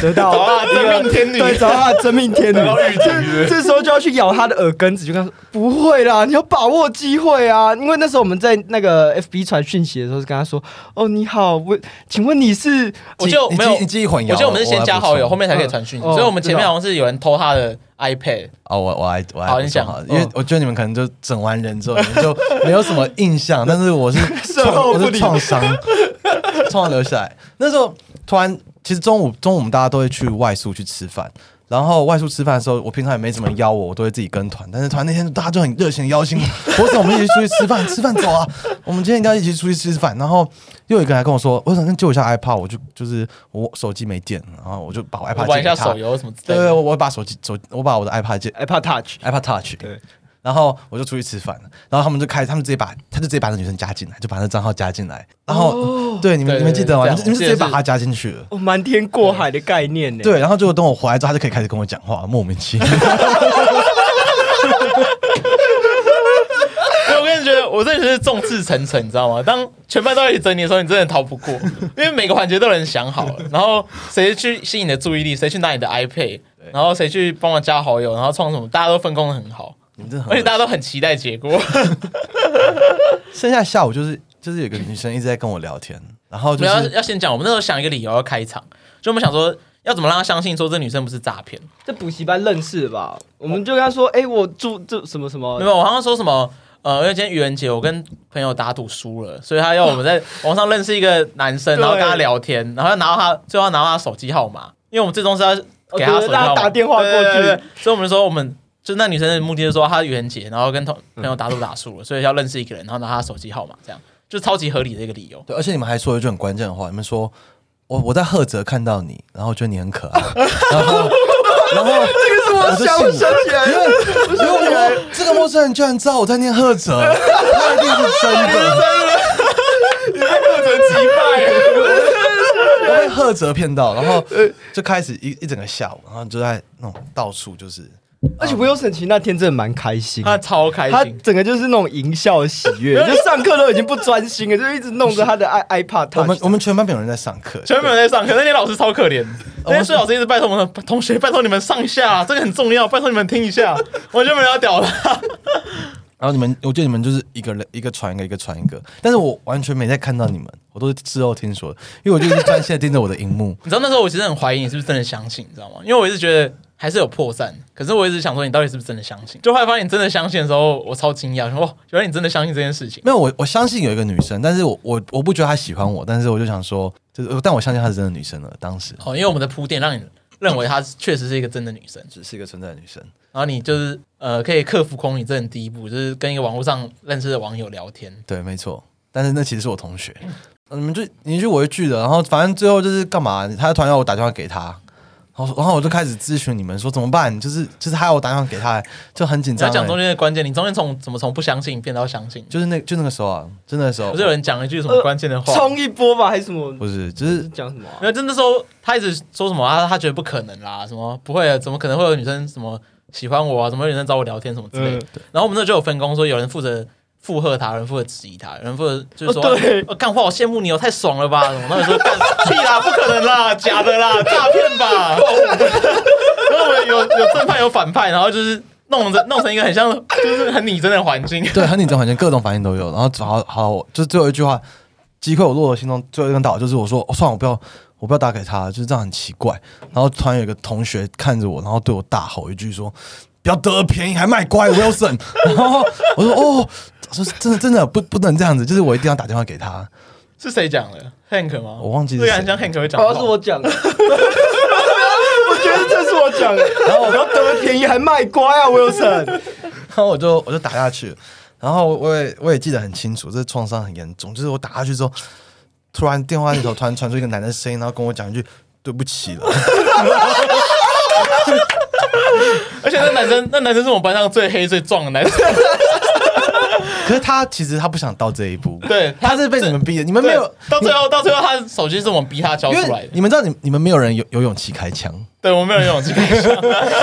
Speaker 3: 得 到一个
Speaker 2: 真命天女
Speaker 3: 对，找到他的真命天 女。
Speaker 7: 然后玉婷是不是
Speaker 3: 这时候就要去咬他的耳根子，就跟他说不会啦，你要把握机会啊！因为那时候我们在那个 FB 传讯息的时候，是跟他说：“哦，你好，我请问你是
Speaker 2: 我
Speaker 4: 记
Speaker 2: 记得我
Speaker 4: 你
Speaker 2: 没
Speaker 4: 记
Speaker 2: 有，
Speaker 4: 你记忆混淆了
Speaker 2: 我记得我们是先加好
Speaker 4: 我来补
Speaker 2: 友，
Speaker 4: 充
Speaker 2: 后面才可以传讯息，
Speaker 3: 嗯哦
Speaker 2: 所以我们前面好像是有人偷他的 iPad，
Speaker 4: 哦，我我来我来
Speaker 2: 好
Speaker 4: 补充
Speaker 2: 你讲嗯
Speaker 4: 好了，因为我觉得你们可能就整完人之后，你们就没有什么印象，但是 我是
Speaker 3: 事
Speaker 4: 创
Speaker 3: 后
Speaker 4: 我
Speaker 3: 不
Speaker 4: 是
Speaker 3: 理
Speaker 4: 创伤，创伤留下来。那时候突然，其实中午中午我们大家都会去外宿去吃饭，然后外出吃饭的时候，我平常也没怎么邀我，我都会自己跟团。但是团那天大家就很热情地邀请我，我说我们一起出去吃饭，吃饭走啊！我们今天一定要一起出去吃饭。然后又有一个人还跟我说，我想借我一下 iPad，我就就是我手机没电，然后我就把我
Speaker 2: 我
Speaker 4: iPad
Speaker 2: 玩
Speaker 4: 借
Speaker 2: 一
Speaker 4: 给
Speaker 2: 下
Speaker 4: 他
Speaker 2: 手。游什么之类
Speaker 4: 对对，啊
Speaker 2: 的。
Speaker 4: 我我把手机手，我把我的 iPad 借
Speaker 3: iPad Touch，
Speaker 4: iPad Touch，
Speaker 3: 对，
Speaker 4: 然后我就出去吃饭了，然后他们就开，他们直接把，他就直接把那女生加进来，就把那账号加进来，然后、对你们
Speaker 2: 哦对
Speaker 4: 你们记得吗？
Speaker 2: 对
Speaker 4: 你们
Speaker 2: 对对
Speaker 4: 你们是直接把
Speaker 2: 我记得是
Speaker 4: 她加进去了。
Speaker 3: 哦，瞒天过海的概念呢。，
Speaker 4: 对，然后结果等我回来之后，他就可以开始跟我讲话，莫名 其妙。
Speaker 2: 我跟你觉得，我真的是众志成城，你知道吗？当全班都在一起整你的时候，你真的逃不过，因为每个环节都有人想好了，然后谁去吸引你的注意力，谁去拿你的 iPad，然后谁去帮忙加好友，然后创什么，大家都分工的很好，
Speaker 4: 你们真的
Speaker 2: 而且
Speaker 4: 很
Speaker 2: 哎大家都很期待结果。
Speaker 4: 剩下下午就是就是有个女生一直在跟我聊天，然后
Speaker 2: 我
Speaker 4: 就
Speaker 2: 们要
Speaker 4: 是
Speaker 2: 要先讲，我们那时候想一个理由要开场，就我们想说要怎么让他相信说这女生不是诈骗。
Speaker 3: 这补习班认识吧？我们就跟他说，哎，我住这什么什么
Speaker 2: 没，有，我好像说什么，呃，因为今天愚人节，我跟朋友打赌输了，所以他要我们 在网上认识一个男生，然后跟他聊天，然后要拿到他，最后要拿到他手机号码，因为我们最终是要给他手
Speaker 3: 哦
Speaker 2: 机
Speaker 3: 对让
Speaker 2: 号
Speaker 3: 他
Speaker 2: 码，
Speaker 3: 打电话过去
Speaker 2: 对对对对所以我们说我们。就那女生的目的就是说，她愚人节，然后跟同朋友打赌打输了，所以要认识一个人，然后拿他手机号码，这样就超级合理的一个 理由。
Speaker 4: 对，而且你们还 说了一句很关键的话，你们说哦我我在赫泽看到你，然后觉得你很可爱，然后。 然后这个是我想不起来，因为因为我这个陌生人居然知道我在念赫哲，他一定是真的。我被赫哲骗到，然后就开始一一整个下午，然后就在那种到处就是，
Speaker 3: 而且 Wilson 其实那天真的蛮开心的。
Speaker 2: 她超开
Speaker 3: 他
Speaker 2: 心，
Speaker 3: 整个就是那种淫笑喜悦，就上课都已经不专心了，就一直弄着他的 i iPad
Speaker 4: 我们
Speaker 3: Touch。
Speaker 4: 我们全班没有人在上课，
Speaker 2: 全部人在上课，那天老师超可怜，那天
Speaker 4: 我
Speaker 2: 孙老师一直拜托我们同学，拜托你们上一下，这个很重要，拜托你们听一下，完全没人要屌他。。
Speaker 4: 然后你们，我记得你们就是一个人一个传一个，一个传一个，但是我完全没在看到你们，我都是事后听说的，因为我就是专心的盯着我的荧幕
Speaker 2: 你知道那时候我其实很怀疑你是不是真的相信，你知道吗？因为我一直觉得还是有破绽，可是我一直想说你到底是不是真的相信。就后来发现你真的相信的时候，我超惊讶，说哦，原来你真的相信这件事情。
Speaker 4: 没有，我我相信有一个女生，但是我我我不觉得她喜欢我，但是我就想说，就是但我相信她是真的女生了，当时
Speaker 2: 哦，因为我们的铺垫让你认为她确实是一个真的女生，
Speaker 4: 只是一个存在的女生。
Speaker 2: 然后你就是呃可以克服恐女症的第一步，就是跟一个网络上认识的网友聊天。
Speaker 4: 对，没错。但是那其实是我同学，呃你们就你一句我一句的，然后反正最后就是干嘛？他突然要我打电话给他，然后然后我就开始咨询你们说怎么办？就是就是他要我打电话给他，就很紧
Speaker 2: 你
Speaker 4: 张、
Speaker 2: 要讲中
Speaker 4: 欸。
Speaker 2: 间的关键，你中间从怎么从不相信变到相信，
Speaker 4: 就是呃那就那个时候啊，就那个时候
Speaker 2: 不是有人讲了一句什么关键的 话？
Speaker 3: 冲一波吧，还是什么？
Speaker 4: 不是就是
Speaker 3: 讲什么啊、
Speaker 2: 没有，就那时候他一直说什么啊，他觉得不可能啦，什么不会啊，怎么可能会有女生什么喜欢我啊，怎么会有女生找我聊天什么之类的。
Speaker 3: 嗯
Speaker 2: 然后我们那就有分工，说有人负责附和他，有人负责质疑他，有人负责就是说，
Speaker 3: 哦对
Speaker 2: 哦干话我羡慕你哦，太爽了吧？什么？那我说干 屁啦，不可能啦，假的啦，诈骗吧。
Speaker 3: 哦
Speaker 2: 然后我们有有正派有反派，然后就是弄着弄成一个很像就是很拟真的环境。
Speaker 4: 对很紧张，反正各种反应都有。然后好好，就是最后一句话击溃我落我心中最后一根稻草，就是我说、哦、算了，我不要我不要打给他，就是这样很奇怪。然后突然有一个同学看着我，然后对我大吼一句说：“不要得了便宜还卖乖，Wilson。”然 后我说：“哦，说真的真的不不能这样子，就是我一定要打电话给他。
Speaker 2: 是谁讲的？Hank 吗？
Speaker 4: 我忘记是
Speaker 2: 这
Speaker 4: 谁
Speaker 2: 个很像 Hank 会讲的话。
Speaker 3: 哦好像是我讲的。我觉得这是我讲的，然后我要得便宜还卖乖啊，Wilson。”
Speaker 4: 然后我就我就打下去了，然后我也我也记得很清楚，这创伤很严重，就是我打下去之后，突然电话那头突然传出一个男的声音，然后跟我讲一句。对不起了，
Speaker 2: 而且那男生，那男生是我们班上最黑最壮的男生，
Speaker 4: 可是他其实他不想到这一步，
Speaker 2: 对，
Speaker 4: 他是被你们逼的，你们没有
Speaker 2: 对，到最后，到最后他的手机是我们逼他交
Speaker 4: 因
Speaker 2: 出来
Speaker 4: 为
Speaker 2: 的，
Speaker 4: 你们知道你你们没有人有有勇气开 枪，
Speaker 2: 对我们没有人用 这个，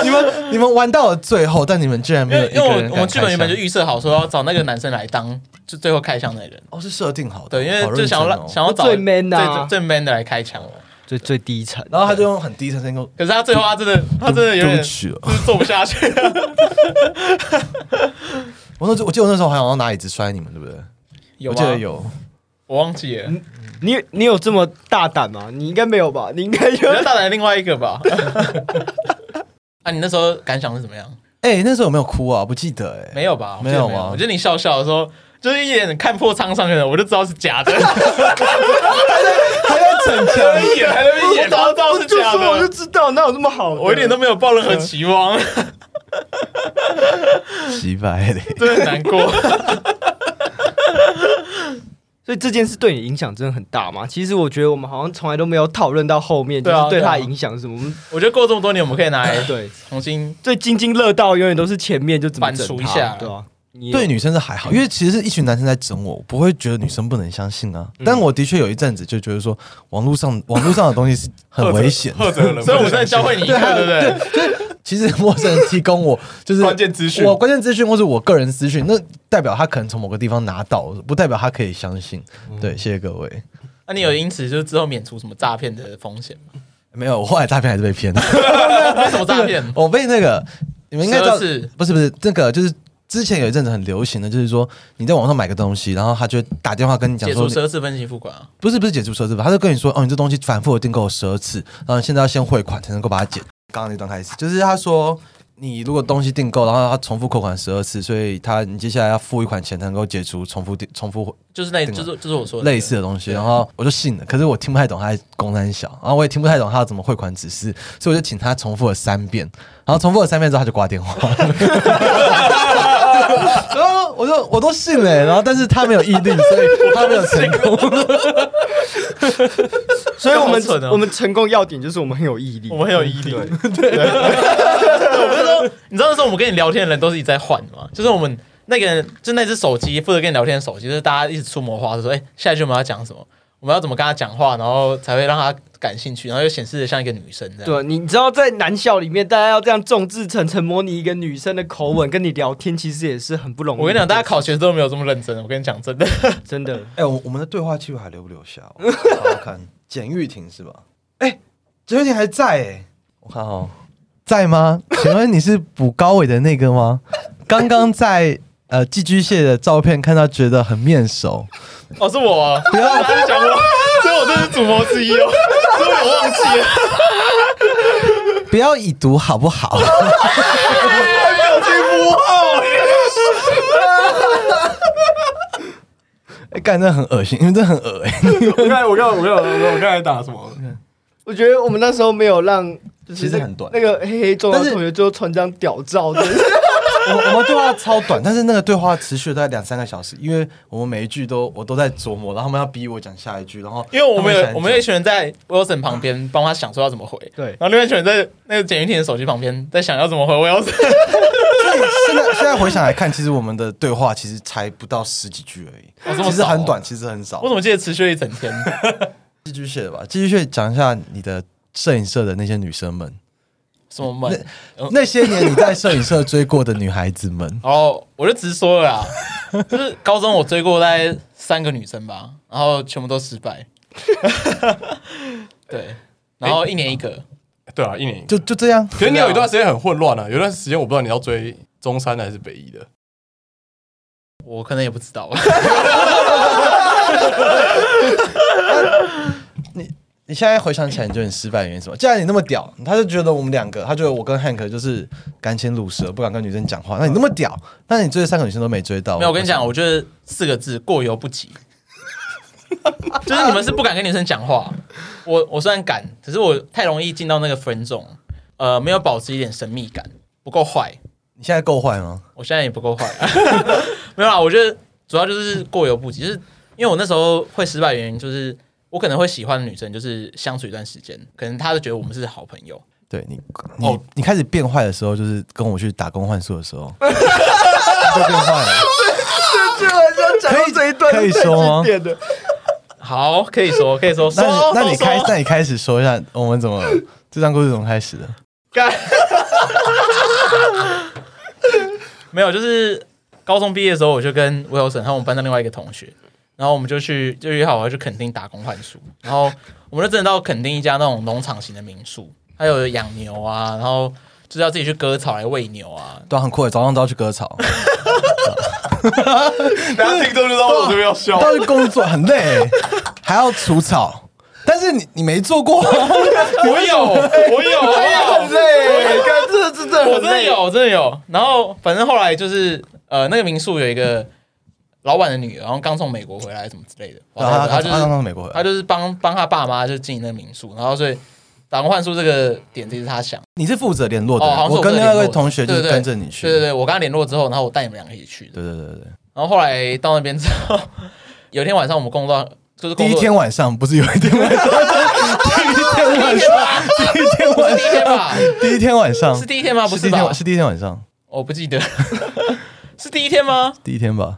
Speaker 4: 你们你们玩到了最后，但你们居然
Speaker 2: 因
Speaker 4: 没有
Speaker 2: 为
Speaker 4: 一
Speaker 2: 因
Speaker 4: 个
Speaker 2: 为我
Speaker 4: 人
Speaker 2: 们我们剧本原本就
Speaker 4: 就
Speaker 2: 预设好说要找那个男生来当就最后开枪的人，
Speaker 4: 哦是设定好的，
Speaker 2: 对，因为
Speaker 4: 好认
Speaker 2: 就
Speaker 4: 真
Speaker 2: 想要让
Speaker 4: 哦
Speaker 2: 想要找
Speaker 3: 最 man 的啊
Speaker 2: 最最 man 的来开枪，
Speaker 3: 最最低层，
Speaker 4: 然后他就用很低沉的声音跟我
Speaker 2: 可是他最后 他真的他真的有
Speaker 4: 对
Speaker 2: 点
Speaker 4: 不
Speaker 2: 就
Speaker 4: 起了，
Speaker 2: 是做不下去，
Speaker 4: 我那时候我记得我那时候好像拿椅子摔你们，对不对？
Speaker 2: 有
Speaker 4: 我
Speaker 2: 啊吗
Speaker 4: 记得，有，
Speaker 2: 我忘记 了，你
Speaker 3: 你你有这么大胆吗？你应该没有吧？你应该有。
Speaker 2: 要大胆另外一个吧。 啊，你那时候感想是怎么样？
Speaker 4: 哎那时候有没有哭啊？不记得哎，
Speaker 2: 没有吧？我记得
Speaker 4: 没有啊
Speaker 2: 没
Speaker 4: 吗
Speaker 2: 我觉得你笑笑的时候，就是一眼看破沧桑的人，我就知道是 假的，
Speaker 4: 还在逞强，
Speaker 7: 一眼还在那边
Speaker 2: 我
Speaker 7: 演，
Speaker 2: 早知道是
Speaker 3: 就
Speaker 2: 假
Speaker 3: 说我就
Speaker 2: 的，
Speaker 3: 知道，哪有这么好的？
Speaker 2: 我一点都没有抱任何期望，
Speaker 4: 洗白嘞。
Speaker 2: 真的难过。
Speaker 3: 所以这件事对你影响真的很大嘛？其实我觉得我们好像从来都没有讨论到后面，就
Speaker 2: 对啊
Speaker 3: 是对
Speaker 2: 对啊
Speaker 3: 他的影响是什么。我们
Speaker 2: 我觉得过这么多年，我们可以拿来
Speaker 3: 对，
Speaker 2: 重新
Speaker 3: 最津津乐道永远都是前面就怎么
Speaker 2: 反
Speaker 3: 整
Speaker 2: 刍一
Speaker 3: 他
Speaker 2: 下
Speaker 3: 对啊，你也
Speaker 4: 对女生是还好，因为其实是一群男生在整我，我不会觉得女生不能相信
Speaker 7: 嗯
Speaker 4: 啊。但我的确有一阵子就觉得说，网络上 网络上的东西是很危险的。
Speaker 7: 或者人，
Speaker 2: 所以我们在教会你一课，对不对？
Speaker 4: 其实陌生人提供我 就是
Speaker 7: 关键资讯
Speaker 4: 我关键资讯或是我个人资讯，那代表他可能从某个地方拿到，不代表他可以相信。
Speaker 7: 嗯
Speaker 4: 对，谢谢各位。
Speaker 2: 那你有因此就是之后免除什么诈骗的风险吗？
Speaker 4: 没有，我后来诈骗还是被骗 了。
Speaker 2: 没什么诈骗，
Speaker 4: 我被那个你们应该知道
Speaker 2: 奢，侈
Speaker 4: 不是不是，这个就是之前有一阵子很流行的，就是说你在网上买个东西，然后他就打电话跟你讲
Speaker 2: 解
Speaker 4: 说
Speaker 2: 除
Speaker 4: 你，
Speaker 2: 奢侈分期付款啊，
Speaker 4: 不是不是解除奢侈吧，他就跟你说，哦，你这东西反复的订购十二次，然后你现在要先汇款才能够把它解。刚刚那段开始，就是他说。你如果东西订购，然后他重复扣款十二次，所以他你接下来要付一款钱才能够解除重复订重复
Speaker 2: 就是那，
Speaker 4: 对啊
Speaker 2: 就是就是我说的那个
Speaker 4: 类似的东西，然后我就信了。可是我听不太懂他在公三小，然后我也听不太懂他要怎么汇款指示，所以我就请他重复了三遍，然后重复了三遍之后他就挂电话。 然后我就我都信了、欸然后但是他没有毅力，所以他没有成功。
Speaker 3: 所以我们
Speaker 2: 好蠢哦
Speaker 3: 我们成功要点就是我们很有毅力，
Speaker 2: 我们很有毅力。
Speaker 7: 对
Speaker 2: 我不是说，你知道那时候我们跟你聊天的人都是一直在换吗？就是我们那个人，就那只手机负责跟你聊天的手机，就是大家一直出谋划策说，哎、下一句我们要讲什么？我们要怎么跟他讲话，然后才会让他感兴趣，然后又显示的像一个女生这样。
Speaker 3: 对，啊你知道在男校里面，大家要这样众志成城模拟一个女生的口吻跟你聊天，其实也是很不容易。
Speaker 2: 我跟你讲，大家考学都没有这么认真。我跟你讲，真的，
Speaker 3: 真的
Speaker 4: 哎、我我们的对话记录还留不留下？我 好好看，简玉婷是吧？哎、简玉婷还在哎、我看哦，在吗？请问你是补高伟的那个 吗？刚刚在呃寄居蟹的照片看到，觉得很面熟。
Speaker 2: 哦，是我啊，不要他就讲我，所以我真是主谋之一哦，所以我忘记了。
Speaker 4: 不要已读好不好？ 哎，干这很恶心，因为这很恶哎、
Speaker 7: 我刚才我刚才我刚才我刚才打什么？
Speaker 3: 我觉得我们那时候没有让，就是
Speaker 4: 其实
Speaker 3: 那
Speaker 4: 很短
Speaker 3: 那个黑黑中的
Speaker 4: 但是
Speaker 3: 同学最后传张屌照的，
Speaker 4: 我我们对话超短，但是那个对话持续了大概两三个小时，因为我们每一句都我都在琢磨，然后他们要逼我讲下一句，然后
Speaker 2: 因为我们
Speaker 4: 他想
Speaker 2: 有
Speaker 4: 讲
Speaker 2: 我们有一群人在 Wilson 旁边帮他想说要怎么回，
Speaker 3: 对
Speaker 2: 然后另外一群人在那个简云婷的手机旁边在想要怎么回 Wilson。
Speaker 4: 所以现在现在回想来看，其实我们的对话其实才不到十几句而
Speaker 2: 哦
Speaker 4: 已，
Speaker 2: 这么少哦
Speaker 4: 其实很短，其实很少
Speaker 2: 我。怎么记得持续了一整天？
Speaker 4: 寄居蟹吧，寄居蟹讲一下你的摄影社的那些女生们，
Speaker 2: 什么门？嗯，
Speaker 4: 那些年你在摄影社追过的女孩子们
Speaker 2: 然后我就直说了啦，就是高中我追过大概三个女生吧，然后全部都失 败。对，然后一年一个，
Speaker 7: 对啊，一年。
Speaker 4: 就就这样。
Speaker 7: 可是你有一段时间很混乱啊，有一段时间我不知道你要追中山的还是北一的。
Speaker 2: 我可能也不知道。
Speaker 4: 你现在回想起来，你觉得你失败的原因是什么？既然你那么屌，他就觉得我们两个，他觉得我跟 Hank 就是干亲卤蛇，不敢跟女生讲话。那你那么屌，那你追的三个女生都没追到。
Speaker 2: 没有，我跟你讲，我觉得四个字过犹不及， 就是你们是不敢跟女生讲话。我我虽然敢，可是我太容易进到那个 friend 中，呃，没有保持一点神秘感，不够坏。
Speaker 4: 你现在够坏吗？
Speaker 2: 我现在也不够坏、 没有啦。我觉得主要就是过犹不及，就是因为我那时候会失败的原因，就是我可能会喜欢的女生，就是相处一段时间，可能她就觉得我们是好朋友。
Speaker 4: 对你，你、
Speaker 7: 哦
Speaker 4: 你开始变坏的时候，就是跟我去打工换宿的时 候，你就变坏了。
Speaker 3: 居然要讲到这一段
Speaker 4: 可以
Speaker 3: 太
Speaker 4: 说吗
Speaker 3: 经典的。
Speaker 2: 好，可以说，可以说，
Speaker 4: 那你
Speaker 2: 说
Speaker 4: 那你
Speaker 2: 说
Speaker 4: 开
Speaker 2: 说
Speaker 4: 那你开始说一下我们怎么这段故事怎么开始的？
Speaker 2: 干，没有，就是高中毕业的时候，我就跟 Wilson 和我们班上另外一个同学，然后我们就去就约好我要去垦丁打工换宿，然后我们就真的到垦丁一家那种农场型的民宿，还有养牛啊，然后就是要自己去割草来喂牛啊，
Speaker 4: 都很酷的，早上都要去割 草，
Speaker 7: 大家听众就知道我这边要笑
Speaker 4: 都。要去工作，很累欸、还要除草。但是你你没做 过，
Speaker 2: 我有，我有，
Speaker 7: 啊
Speaker 2: 我有。
Speaker 3: 对，看这这这
Speaker 2: 我
Speaker 3: 很
Speaker 2: 真的
Speaker 3: 累。
Speaker 2: 有，我真的有。然后反正后来就是呃，那个民宿有一个老板的女儿，然后刚从美国回来什么之类的，
Speaker 4: 然后他
Speaker 2: 他
Speaker 4: 他他
Speaker 2: 就
Speaker 4: 刚
Speaker 2: 是
Speaker 4: 从美国回
Speaker 2: 他
Speaker 4: 来，
Speaker 2: 就是帮帮他爸妈就经营那个民宿，然后所以打工换宿这个点子也是他想的。
Speaker 4: 你是负责联络的
Speaker 2: 哦好
Speaker 4: 人，
Speaker 2: 像是我
Speaker 4: 跟
Speaker 2: 负责
Speaker 4: 另外一
Speaker 2: 联
Speaker 4: 个
Speaker 2: 络的
Speaker 4: 同学就是
Speaker 2: 对对
Speaker 4: 跟着你去，
Speaker 2: 对对对，我跟他联络之后，然后我带你们两个一起去的。
Speaker 4: 对对对对
Speaker 2: 然后后来到那边之后，有一天晚上我们工作到就是
Speaker 4: 第
Speaker 2: 工
Speaker 4: 一
Speaker 2: 作
Speaker 4: 天晚上不是有一天晚上，第一天晚
Speaker 2: 第 一天吧，
Speaker 4: 第一天晚上
Speaker 2: 是第一天吗？不
Speaker 4: 是第
Speaker 2: 是
Speaker 4: 一天
Speaker 2: 吧
Speaker 4: 晚？是第一天晚上，
Speaker 2: 我不记得， 是第一天吗？
Speaker 4: 第一天吧，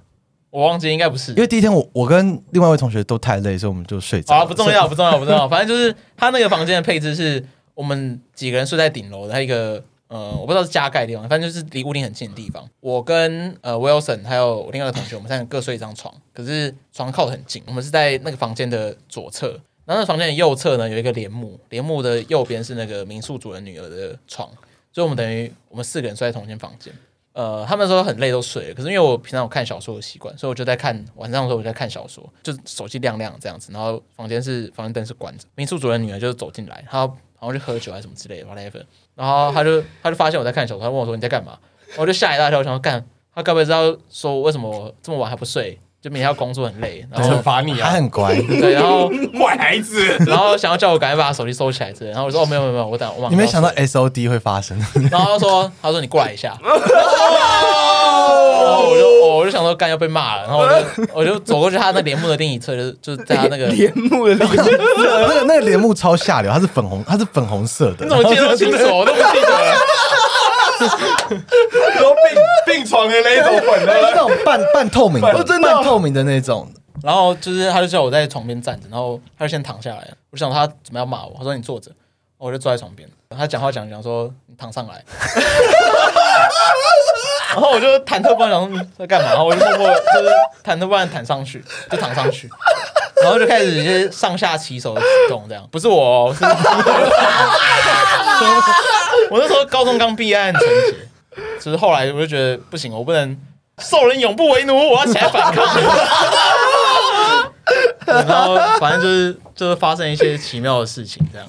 Speaker 2: 我忘记，应该不是
Speaker 4: 因。为第一天我我跟另外一位同学都太累，所以我们就睡着
Speaker 2: 好、
Speaker 4: 了。
Speaker 2: 啊，不重要，不重要，不重要。反正就是他那个房间的配置是我们几个人睡在顶楼的，还有一个呃，我不知道是加盖的地方，反正就是离屋顶很近的地方。我跟呃 Wilson 还有我另外一个同学，我们三个各睡一张床，可是床靠得很近。我们是在那个房间的左侧，然后那个房间的右侧呢有一个帘幕，帘幕的右边是那个民宿主人女儿的床，所以我们等于我们四个人睡在同一间房间。呃，他们说很累都睡了，可是因为我平常有看小说的习惯，所以我就在看晚上的时候我就在看小说，就是手机亮亮这样子，然后房间是房间灯是关着，民宿主人女儿就走进来，她好像去喝酒还是什么之类的，whatever，然后她就她就发现我在看小说，她问我说你在干嘛，我就吓一大跳，我想说干，她该不会知道说为什么我这么晚还不睡，就明天要工作很累，然
Speaker 7: 惩
Speaker 2: 后
Speaker 7: 罚你
Speaker 4: 他
Speaker 7: 啊，
Speaker 4: 很 乖，
Speaker 2: 对，然后
Speaker 7: 坏孩子。
Speaker 2: 然后想要叫我赶快把手机收起来之类的，然后我说哦没有没有没有，我等我马上
Speaker 4: 你没想到
Speaker 2: 要睡
Speaker 4: S O D 会发生，
Speaker 2: 然后他说：“他说你过来一下。”然后我就哦我就想说干要被骂了，然后我就我就走过去他那帘幕的另一侧，就是就是在他那个，你
Speaker 3: 帘幕的帘幕，
Speaker 4: 那个那个帘幕超下流，它是粉红，它是粉红色的。
Speaker 2: 怎么记得那么清楚？我都不记得了。
Speaker 7: 都病病床的那一种粉
Speaker 4: 那
Speaker 7: 了。
Speaker 4: 种半半透明 的，
Speaker 7: 哦真的哦
Speaker 4: 半透明的那种，
Speaker 2: 然后就是他就叫我在床边站着，然后他就先躺下来，我就想他怎么要骂我，他说你坐着，我就坐在床边，他讲话讲讲说你躺上来，然后我就忐忑不安，想说嗯在干嘛，然后我就默默就是忐忑不安地躺上去，就躺上去。然后就开始一些上下起手的举动，这样不是我、哦，是 我那时候高中刚毕业很纯洁，只是后来我就觉得不行，我不能受人永不为奴，我要起来反抗。然后反正就是就是发生一些奇妙的事情，这样。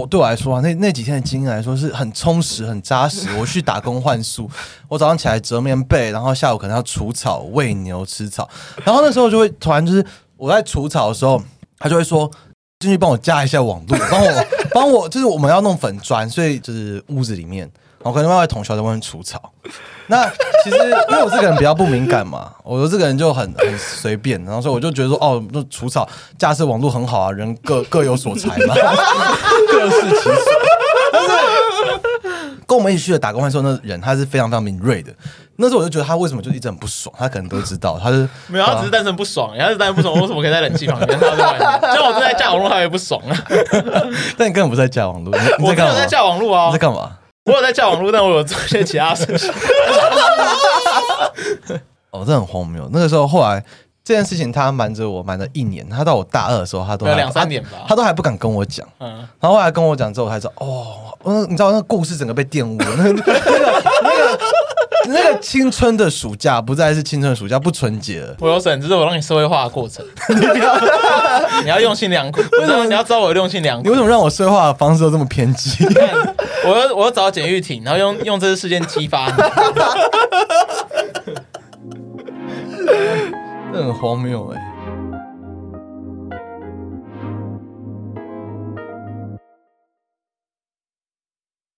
Speaker 4: 我对我来说啊，那那几天的经验来说是很充实、很扎实。我去打工换宿，我早上起来折棉被，然后下午可能要除草、喂牛、吃草。然后那时候就会突然就是我在除草的时候，他就会说进去帮我架一下网络，帮我帮我，就是我们要弄粉砖，所以就是屋子里面，我可能外外同学在外面除草。那其实因为我这个人比较不敏感嘛，我说这个人就很很随便，然后所以我就觉得说哦，那除草架设网络很好啊，人各各有所才嘛。各司其所。但是跟我们一起去的打工换宿那人，他是非常非常敏锐的。那时候我就觉得他为什么就一直很不爽，他可能都知道，他是
Speaker 2: 没有，他只是单纯不爽，他只是单纯不爽，我为什么可以在冷气房里面，他在外面？ 像我正在架网络，他也不爽 啊。
Speaker 4: 但你根本不是在架网络，你你在
Speaker 2: 我没
Speaker 4: 干
Speaker 2: 有
Speaker 4: 嘛？
Speaker 2: 在架网络
Speaker 4: 你
Speaker 2: 啊
Speaker 4: 在，干嘛？
Speaker 2: 我有在架网络，但我有做一些其 他事情。
Speaker 4: 哦，这很荒谬。那个时候后来这件事情他瞒着我瞒了一年，他到我大二的时候，他都
Speaker 2: 没有
Speaker 4: 还
Speaker 2: 两三年吧
Speaker 4: 他他都还不敢跟我讲。
Speaker 2: 嗯，
Speaker 4: 然后后来跟我讲之后，我才知道哦，那你知道那个故事整个被玷污了，那个那个那个那个青春的暑假不再是青春的暑假，不纯洁了。
Speaker 2: 我有审，这是我让你社会化的过程。 你要用心良苦，为什么你要知道我有用心良
Speaker 4: 你
Speaker 2: 苦
Speaker 4: 为？什么让我说话的方式都这么偏激？
Speaker 2: 我要我要找简玉婷，然后用用这次事件激发你。
Speaker 4: 这很荒谬哎、